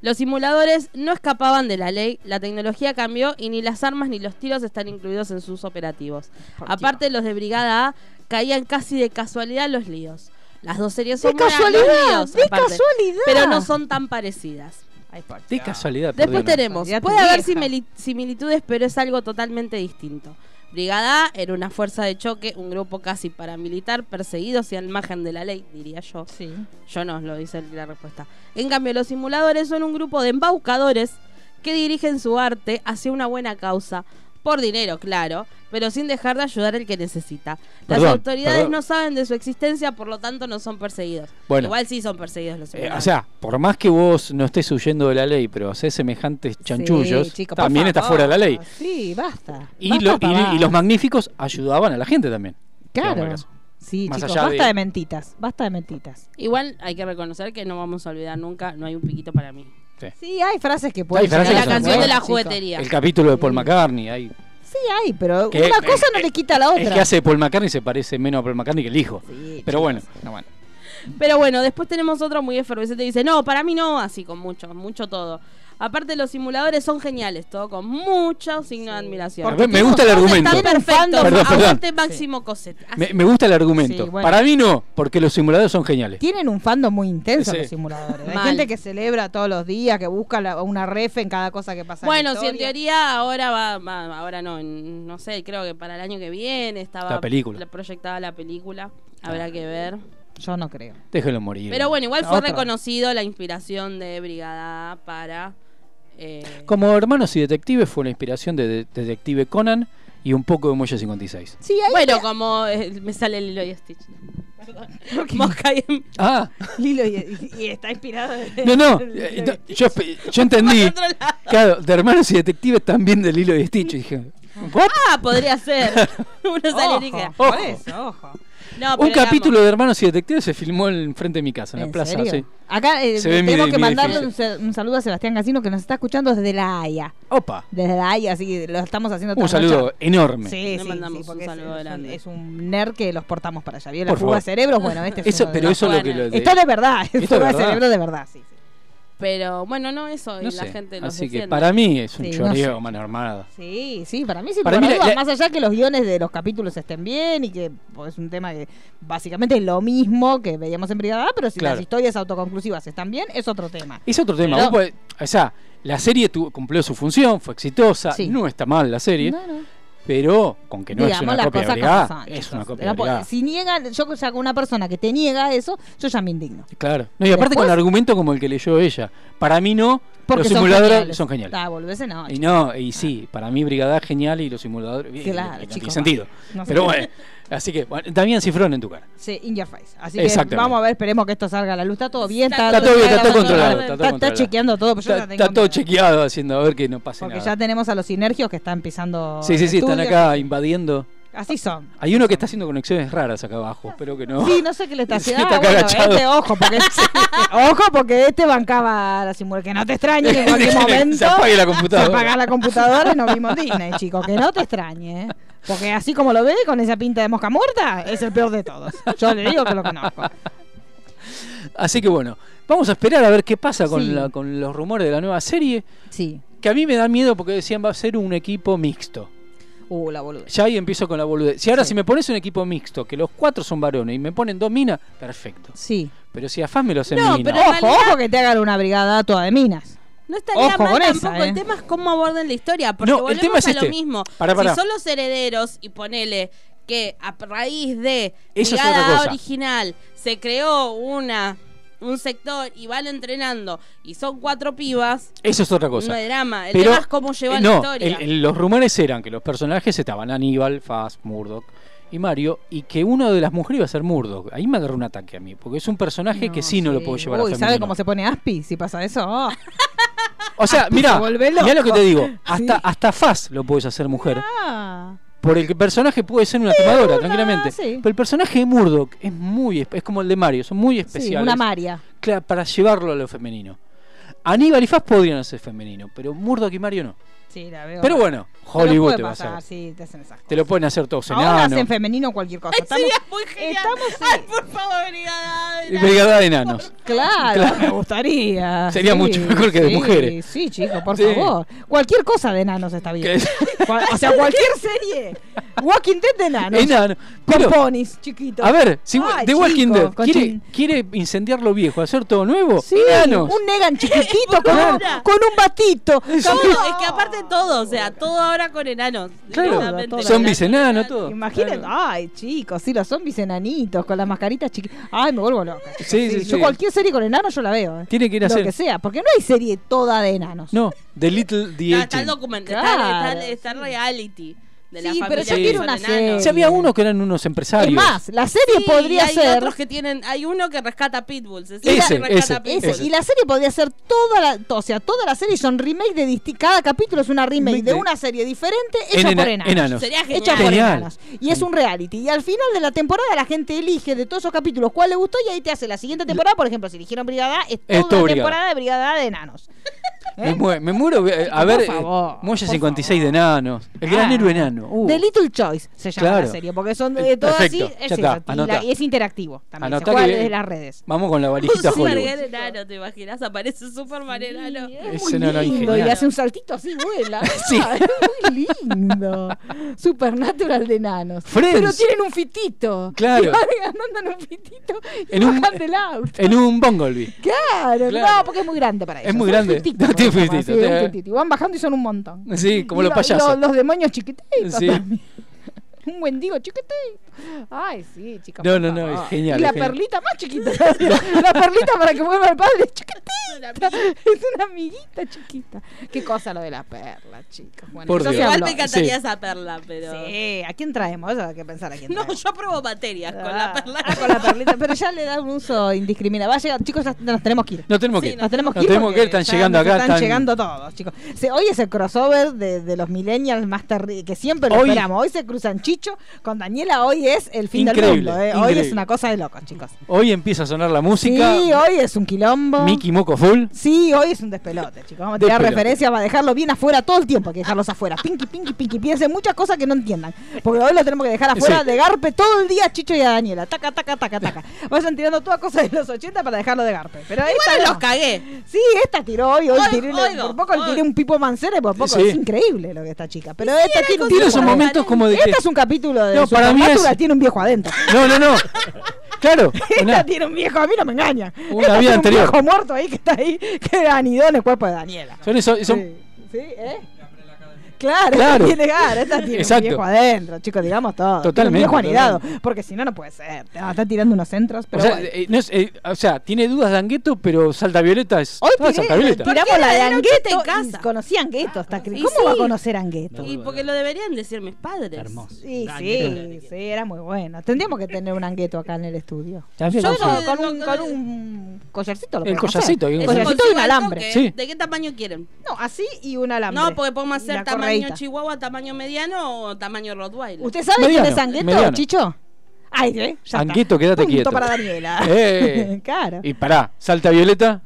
Los simuladores no escapaban de la ley, la tecnología cambió y ni las armas ni los tiros están incluidos en sus operativos. Aparte, los de Brigada A caían casi de casualidad en los líos. Las dos series son De buenas, los casualidad, líos, de aparte, casualidad. Pero no son tan parecidas. Ay, por De casualidad, Después perdona. tenemos, Olvidate puede haber vieja. simili- similitudes, pero es algo totalmente distinto. Brigada A era una fuerza de choque, un grupo casi paramilitar, perseguidos y al margen de la ley, diría yo. Sí. Yo no, lo dice la respuesta. En cambio, los simuladores son un grupo de embaucadores que dirigen su arte hacia una buena causa, por dinero, claro, pero sin dejar de ayudar al que necesita. Las Perdón, autoridades perdón. no saben de su existencia, por lo tanto no son perseguidos. Bueno. Igual sí son perseguidos los Eh, ciudadanos. o sea, por más que vos no estés huyendo de la ley, pero haces semejantes chanchullos, chico, por también estás favor. fuera de la ley. Sí, basta. Y, Basta lo- y- pavadas. y los magníficos ayudaban a la gente también. digamos el Claro. caso. Sí, Más chicos, allá basta de- de... mentitas. Basta de mentitas. Igual hay que reconocer que no vamos a olvidar nunca, no hay un piquito para mí. Sí, hay frases que pueden Hay frases llegar que a son ofender, buenas. la chicos. juguetería. El capítulo de Paul McCartney. Hay, Sí, hay, pero Que- una cosa no le quita a la otra. es que hace de Paul McCartney se parece menos a Paul McCartney que el hijo. pero bueno, Pero bueno, después tenemos otro muy efervescente. Dice, no, para mí no, así con mucho, mucho todo. Aparte, los simuladores son geniales, todo con mucho signo de admiración. Porque Me gusta el todos argumento. Están están perfectos. Perdón, perdón. Aguante Máximo Cosetti. me, me gusta el argumento. Sí, bueno. Para mí no, porque los simuladores son geniales. Tienen un fandom muy intenso Sí. los simuladores. Hay Mal. gente que celebra todos los días, que busca la- una ref en cada cosa que pasa. en la Bueno, si en historia. teoría ahora va, va- ahora no, en- no sé, creo que para el año que viene estaba La película. la- proyectada la película, habrá que ver. Yo no creo. Déjelo morir. Pero bueno, igual fue Otra. reconocido la inspiración de Brigada A para eh, Como Hermanos y Detectives fue la inspiración de, de- Detective Conan y un poco de Muelle 56. bueno, como eh, me sale Lilo y Stitch. Mosca y- em- Ah, Lilo y, y está inspirado de. no, no. de- eh, no, yo, yo entendí. Claro, de Hermanos y Detectives también de Lilo y Stitch. y dije, ¿what? Ah, podría ser. Uno sale y queda- Ah, Por eso, ojo. No, Un pero la capítulo de Hermanos y Detectives se filmó enfrente de mi casa, en la ¿En plaza. serio? sí. Acá eh, Se ve mi- tenemos que mi mandarle un, edificio. sal- un saludo a Sebastián Casino que nos está escuchando desde La Haya. Opa. Desde La Haya, así que lo estamos haciendo Un toda la saludo noche. enorme. Sí, Le sí, mandamos sí, porque un es- saludo es, un- grande. es un nerd que los portamos para allá. Bien, la Por fuga favor. de cerebros, bueno, este es Eso, uno de pero los- eso es lo que Juana. lo de- Esto de verdad, Esto es es fuga de verdad. cerebro de verdad, sí. sí. Pero bueno, no eso, y no la sé. gente lo Así que defiende. para mí es un Sí, no choreo, sé. mano armada. Sí, sí, para mí sí. Para mí la- la- Más allá que los guiones de los capítulos estén bien y que pues, es un tema que básicamente es lo mismo que veíamos en Brigada, A, pero si Claro. las historias autoconclusivas están bien, es otro tema. Es otro tema. Pero- vos podés- o sea, la serie tuvo- cumplió su función, fue exitosa. Sí. No está mal la serie, No, no. pero con que no es Digamos una las copia de cosas como Brigada, son, es chicos. una copia No de po- Brigada. Si niega, yo ya con una persona que te niega eso, yo ya me indigno. Claro. No, y aparte Después- con argumento como el que leyó ella. Para mí no, Porque los son simuladores geniales. son geniales. Ah, volvese no. Y no, y sí, para mí Brigada es genial y los simuladores. y- y- Claro, y no tiene chicos, sentido. no sé. Pero bueno, así que, bueno, Damián Cifrón en tu cara. Sí, in your face. Así Exactamente. que vamos a ver, esperemos que esto salga a la luz. Está todo bien, está, Está todo bien, está todo grabando, controlado. Está, Está, todo está controlado. chequeando todo, pero yo Está, ya tengo está todo miedo, chequeado haciendo a ver que no pase Porque nada. ya tenemos a los sinergios que están pisando. Sí, sí, sí, están estudios. acá invadiendo. Así son. Hay uno que está haciendo conexiones raras acá abajo, espero que no. Sí, no sé qué le está Sí, haciendo. está Ah, bueno, agachado. este, ojo, porque, ojo, porque este bancaba la simulación. Que no te extrañe que en cualquier Se momento. apague la computadora. Se apaga la computadora y nos vimos Disney, chicos. Que no te extrañe. ¿eh? Porque así como lo ve, con esa pinta de mosca muerta, es el peor de todos. Yo le digo que lo conozco. Así que bueno, vamos a esperar a ver qué pasa con, Sí. la- con los rumores de la nueva serie, Sí. que a mí me da miedo porque decían va a ser un equipo mixto. Uh, la boluda. Ya ahí empiezo con la boludez. Si ahora si me pones un equipo mixto, que los cuatro son varones y me ponen dos minas, perfecto. Sí. Pero si a Faz me los hacen No, mina. pero- Ojo, ojo que te hagan una brigada toda de minas. No estaría Ojo mal con tampoco, esa, ¿eh? el tema es cómo aborden la historia, porque No, el volvemos tema es a este. lo mismo. Pará, pará. Si son los herederos y ponele que a raíz de Eso es Brigada otra A cosa. original se creó una un sector y van entrenando y son cuatro pibas, Eso es otra cosa. no hay drama. El Pero- eh, tema es cómo llevan no, la historia. el- el- los rumores eran que los personajes estaban Aníbal, Faz, Murdoch y Mario, y que una de las mujeres iba a ser Murdoch. Ahí me agarró un ataque a mí, porque es un personaje que sí no lo puedo llevar Uy, a ¿sabe femenino. cómo se pone Aspi si pasa eso? Oh. O sea, mira, se vuelve mira lo que loco. te digo, hasta, hasta Faz lo puedes hacer mujer. Ah. Por el que personaje puede ser una tomadora, tranquilamente. sí. Pero el personaje de Murdoch es muy espe- es como el de Mario, son muy especiales. Sí, una Maria. Claro, para llevarlo a lo femenino. Aníbal y Faz podrían ser femenino, pero Murdoch y Mario no. Sí, la veo. Pero bueno, Pero Hollywood puede te va a pasar, hacer. Sí, te hacen esas Te lo pueden hacer todos Ahora enanos. hacen femenino cualquier cosa. Ay, Estamos, sería muy genial. estamos Ay, por favor, Brigada A. Y Brigada de enanos. claro, Claro. me gustaría. Sería sí, mucho mejor que de sí, mujeres. Sí, chico, por Sí. favor. Cualquier cosa de enanos está bien. Que- Cual- o sea, cualquier serie. Walking Dead de enanos. Enano. Con Pero, ponis, chiquitos. a ver, si Ay, The Walking chico, Dead con quiere, chin- quiere incendiar lo viejo, hacer todo nuevo, Sí, enanos. un Negan chiquitito con, Claro. con un batito. Todo, es que aparte todo, o sea, todo ahora con enanos. directamente. Zombies enanos, todo. Imagínate, ay, chicos, sí, los zombies enanitos con las mascaritas chiquitas. Ay, me vuelvo loca. Sí, sí, Yo sí. cualquier serie con enanos yo la veo. eh. Tiene que ir a Lo hacer. que sea, porque no hay serie toda de enanos. No, The Little Está, The está el Aging. documental, está, Claro, está- está el reality de la Sí, pero familia ya tiene con una enanos. serie. Si había uno que eran unos empresarios. Es más, la serie Sí, podría hay ser. otros que tienen, hay uno que rescata a pitbulls. es Ese, decir, que rescata ese, pitbulls. Ese, Y la serie podría ser toda la, o sea, toda la serie son remake de disti- cada capítulo es una remake de una serie diferente En hecha ena- por enanos. enanos. Sería genial. Hecha por Genial. enanos. Y es un reality. Y al final de la temporada la gente elige de todos esos capítulos cuál le gustó y ahí te hace la siguiente temporada, por ejemplo, si eligieron Brigada, es toda todo una Brigada. temporada de Brigada de enanos. Me, mue- me muero. eh, A Por ver, eh, favor, Moya por 56 de enanos. El gran Ah. héroe enano. Uh, The Little Choice se llama Claro. Eh, la serie, porque son de todas así, Perfecto, es ya está, eso, y la- anotá. y es interactivo también, anotá se juega que- desde las redes. Vamos con la Un varijita Hollywood. Superman enano, ¿te imaginas? Aparece un Superman enano. Es Muy enano ahí, lindo, y genial. hace un saltito así, vuela. Sí. Es muy lindo. Supernatural de enanos. Friends. Pero tienen un fitito. Claro. Y van andando en un fitito y En un- bajan del auto. En un Bumblebee. Claro, Claro. no, porque es muy grande para Es ellos. muy Un grande. fitito, Tiene se llama, fitito, sí, un tiene- fitito. Y van bajando y son un montón. Sí, como Y los lo- y lo- payasos. los demonios chiquititos. Sí. también. Un mendigo chiquitito. Ay, sí, chicos. No, por no, no, favor. es genial, Y la es genial. perlita más chiquita. la perlita para que vuelva el padre es chiquitita. Es una amiguita chiquita. Qué cosa lo de la perla, chicos. Bueno, Por eso se Dios. Igual habló. me encantaría Sí. esa perla, pero. Sí, ¿a quién traemos? Eso hay que pensar a quién No, traemos. yo apruebo materias con Ah, la perla. ah, con la perlita, pero ya le da un uso indiscriminado. Va a llegar, chicos, ya nos tenemos que ir. No tenemos que ir. Nos tenemos que Nos ir. tenemos que ir, porque están ya llegando nos acá, Están están- llegando todos, chicos. Se- hoy es el crossover de, de los millennials más terrible, que siempre lo Hoy- esperamos. Hoy se cruzan Chicho con Daniela, hoy es el fin del Increíble, mundo. eh. Hoy increíble. es una cosa de locos, chicos. Hoy empieza a sonar la Sí, música. hoy es un quilombo. Mickey Moco Full. Sí, hoy es un despelote, chicos. Vamos a tirar Despelote. referencias, va a dejarlo bien afuera todo el tiempo, hay que dejarlos afuera. Pinky, pinky, pinky. Piensen muchas cosas que no entiendan. Porque hoy lo tenemos que dejar afuera Sí. de garpe todo el día a Chicho y a Daniela. Taca, taca, taca, taca. Vayan tirando todas cosas de los 80 para dejarlo de garpe. Pero esta Igual no. los cagué. Sí, esta tiró hoy, hoy Hoy- tiré, hoy no, por poco le hoy. tiré un pipo mancera y por poco Sí. es increíble lo que esta chica. Pero esta tiene Tiene un viejo esos adentro. momentos como de que. Esta es un capítulo de No, para mí Supernatural, es- tiene un viejo adentro. No, no, no. Claro. Esta una- tiene un viejo, a mí no me engaña. Una Esta vida tiene anterior. Un viejo muerto ahí que está ahí, que anidó en el cuerpo de Daniela. Son esos. son- Sí, sí, ¿eh? Claro, Claro. tiene cara, esta tiene Exacto. un viejo adentro, chicos, digamos todo. Tiene Totalmente, Un viejo anidado, porque si no, no puede ser. Ah, está tirando unos centros, O pero sea, bueno. eh, no es- eh, o sea, tiene dudas Dangueto, pero Salta Violeta es. Hoy ah, tiré- Salta Violeta. tiramos ¿Por qué la de la de noche Angueto está en y casa? conocí a Angueto. Hasta que, Y ¿Cómo va a sí. conocer a Angueto? Y porque lo deberían decir mis padres. Sí, sí, sí, era muy bueno. Tendríamos que tener un Angueto acá en el estudio. También, Yo sí. con, con un, con un collarcito lo El podemos collarcito, hacer. el El Eso collarcito consigo y un al alambre. toque, Sí. ¿De qué tamaño quieren? No, así y un alambre. No, porque podemos Y la hacer tamaño correíta. chihuahua, tamaño mediano o tamaño rottweiler. ¿Usted sabe Mediano, quién es Angueto, mediano. Chicho? Ay, eh, ya Angueto, está. quédate Punto quieto. para Daniela. Eh. claro. Y pará, Salta Violeta.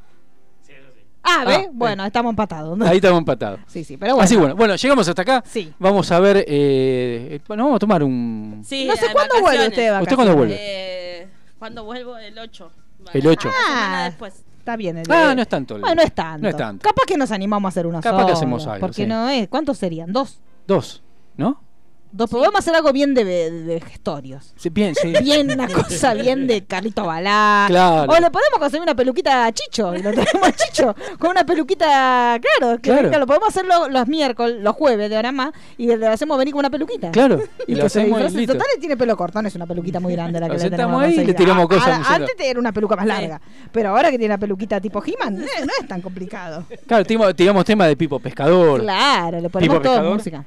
Ah, ¿ve? Ah, bueno, estamos empatados. Ahí estamos empatados. Sí, sí, pero bueno. Así bueno, bueno, llegamos hasta acá. Sí. Vamos a ver. eh, bueno, vamos a tomar un. Sí, No sé de cuándo vuelve vacaciones. usted de ¿Usted cuándo vuelve? Eh, ¿Cuándo vuelvo? El 8. El 8. Una semana Ah. después. Está bien el Ah, no es tanto el- Ah, no es tanto. no es tanto. Capaz que nos animamos a hacer uno Capaz que solo, hacemos algo, Porque sí. no es. ¿Cuántos serían? Dos. Dos, ¿no? Dos. Pero Podemos hacer algo bien de, de gestorios. Sí, bien, sí. Bien, una cosa bien de Carlito Balá. Claro. O le podemos conseguir una peluquita a Chicho. Y lo tenemos a Chicho. Con una peluquita, claro. que Claro. ahorita Lo podemos hacer lo- los miércoles, los jueves de ahora en más. Y le hacemos venir con una peluquita. Claro. Y, Y que lo se hacemos y disfrace. listo. Total, él tiene pelo cortón, es una peluquita muy grande la que Lo le sentamos tenemos ahí y le conseguida. tiramos Ah, cosas, ah, Lucero. Antes era una peluca más larga. Pero ahora que tiene una peluquita tipo He-Man, eh, no es tan complicado. Claro, timo- tiramos tema de Pipo Pescador. Claro, le ponemos ¿Tipo todo pescador? música.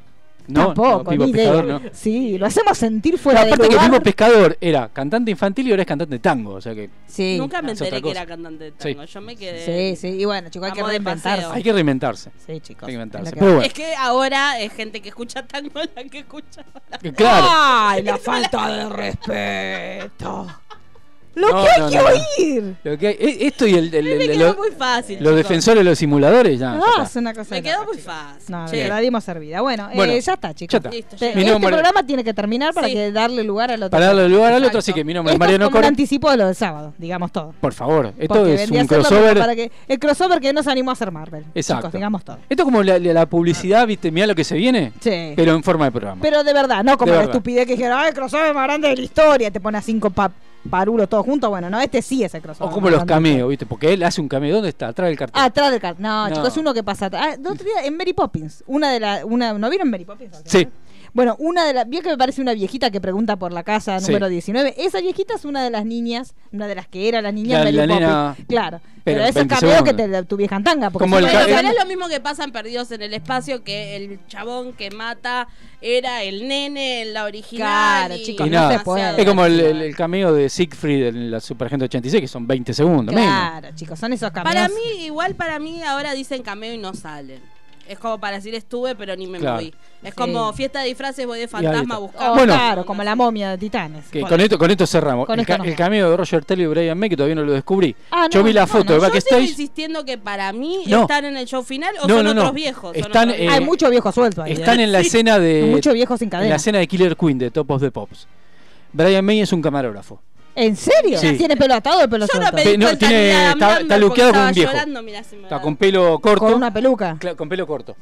No, Tampoco, no, Pipo ni Pescador idea. no. Sí, lo hacemos sentir fuera de Aparte que lugar. Pipo Pescador era cantante infantil y ahora es cantante de tango, o sea que Sí. Nunca me Ah, Es otra enteré que cosa. era cantante de tango. Yo me quedé. Sí, sí, y bueno, chicos, hay que Eh, Vamos de reinventarse. paseo. hay que reinventarse. Sí, chicos. Hay que inventarse. es lo que Pero va. Es que ahora es gente que escucha tango la que escucha. Claro. Ay, la falta de respeto. Lo No, que hay no, que no, no. oír. Lo que hay- e- esto y el, el- Me el- quedó lo- muy fácil. los chicos. defensores de los simuladores ya. ya No, está. Ah, es una cosa. Me de quedó loco, muy chicos. fácil. No, Che, la dimos servida. Bueno, eh, Bueno, ya está, chicos. ya está. Listo, Este ya. Mi nombre- programa tiene que terminar para Sí. que darle lugar al otro. Para darle lugar al otro, Exacto. así que mi nombre Esto es es Mariano como un Coro. anticipo de lo del sábado, digamos todo. Por favor, esto Porque es vendría un a ser lo mismo crossover. Para que, el crossover que no se animó a hacer Marvel. Exacto. Chicos, digamos todo. Esto es como la, la- la publicidad, viste, mirá lo que se viene, Sí. pero en forma de programa. Pero de verdad, no como De la verdad. estupidez que dijeron, ay, el crossover más grande de la historia, te pone a cinco pa- Parulos todos juntos. Bueno, no, este sí es el crossover. O como los cameos, ¿viste? Porque él hace un cameo. ¿Dónde está? Atrás del cartel. Ah, atrás del cartel. No, No. chicos, uno que pasa. atrás. Ah, el otro día en Mary Poppins. Una de las. Una, ¿No vieron Mary Poppins? sí. Bueno, una de las. Vio que me parece una viejita que pregunta por la casa Sí. número 19. Esa viejita es una de las niñas. Una de las que era la niña La- Mary la Poppins. nena- Claro. Pero Pero, ese 20 cameo que segundos. te la- tu vieja en tanga. Porque Como el siempre ca- hay Pero otra- es lo mismo que pasan perdidos en el espacio que el chabón que mata era el nene en la original. Claro, y- chicos, Y no nada. se puede. Es como el, el- el cameo de Siegfried en la Supergente 86, que son 20 segundos. menos. Claro, chicos, son esos cameos. Para mí, igual para mí ahora dicen cameo y no salen. Es como para decir estuve, pero ni me Claro. moví. Es Sí. como fiesta de disfraces, voy de ahí fantasma está. a Oh, buscar. Bueno. claro, como la momia de Titanes. Que con, esto, con esto cerramos. Con el, esto ca- no. el cameo de Roger Taylor y Brian May, que todavía no lo descubrí. Ah, no, Yo vi la no, foto No, de yo sigo backstage. insistiendo que para mí No. están en el show final o No, son no, no. otros viejos. son Están, otros eh, viejos. Hay mucho viejo suelto ahí. Están ¿eh? en la escena de. Mucho viejo sin en cadena. la escena de Killer Queen de Top of the Pops. Brian May es un camarógrafo. ¿En serio? Sí. ¿Tiene pelo atado o pelo Yo no suelto? pedí No, cuenta tiene- ni a está- Adam está Lambert porque luqueado como un estaba viejo. llorando, mirá, si me Está da- con pelo corto. Con una peluca. Cla- con pelo corto.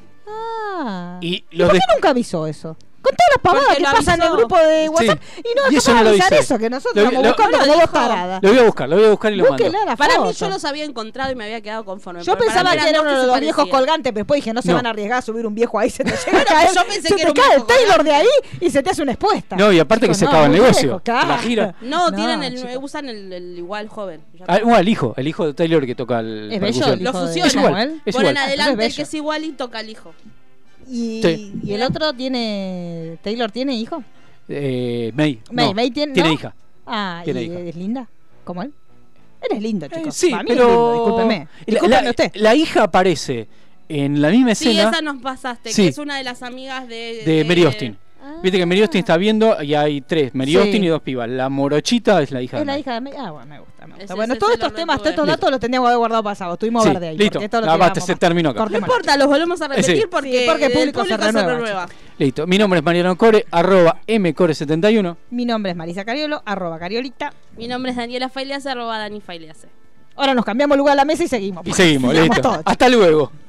Ah. Y ¿Y los por de- qué nunca avisó eso? Con todas las pavadas Porque que lo pasan en el avisó. grupo de WhatsApp. Sí. Y Y no acaba eso no de lo avisar avisé. eso, que nosotros Lo- estamos lo- buscando no lo como dos dijo. taradas. Lo voy a buscar, lo voy a buscar y lo Búsquela mando. la Para mí foto. yo los había encontrado y me había quedado conforme. Yo pero para pensaba mí que era eran uno dos de se los viejos parecían. colgantes, pero después dije, no se No. van a arriesgar a subir un viejo ahí, se te llega a caer, Yo pensé se que era te un cae el viejo Taylor de colgante. ahí y se te hace una expuesta. No, y aparte que se acaba el muy negocio. viejo, claro. La gira. No, tienen el, chicos. usan el, el igual joven. Ya Ah, bueno, el hijo, el hijo de Taylor que toca el. Es bello percusión. el Lo hijo de fusionan. Es igual, Samuel. es Ponen igual. adelante Entonces es el que es igual y toca al hijo. Y, Sí. y el otro tiene. ¿Taylor tiene hijo? Eh, May. May, no, May tiene- ¿no? hija. Ah, Tiene ¿y hija. es linda? ¿Como él? Eres linda, chicos. Eh, sí, Para mí es lindo, pero. discúlpeme. La- Discúlpeme la, usted. la hija aparece en la misma Sí, escena esa nos pasaste, Sí. que es una de las amigas de... de Mary Austin. Viste que Mary Austin está viendo y hay tres, Mary Sí. Austin y dos pibas. La morochita es la hija. Es de la May. hija de May. Ah, bueno, me gusta. Me gusta. Ese- bueno, ese todos se estos lo temas, retuve. todos estos datos los teníamos que haber guardado pasado. Estuvimos Sí, verde ahí. listo. porque esto lo Ah, basta, tiramos se más. terminó acá. No Cortemos. importa, los volvemos a repetir Sí. porque, Sí, porque el del público se renueva, Listo. Mi nombre es Mariano Core, arroba mcore71. Mi nombre es Marisa Cariolo, arroba Cariolita. Mi nombre es Daniela Failease, arroba Dani Failease. Ahora nos cambiamos el lugar a la mesa y seguimos. Y seguimos, Sigamos listo. todos, Hasta luego.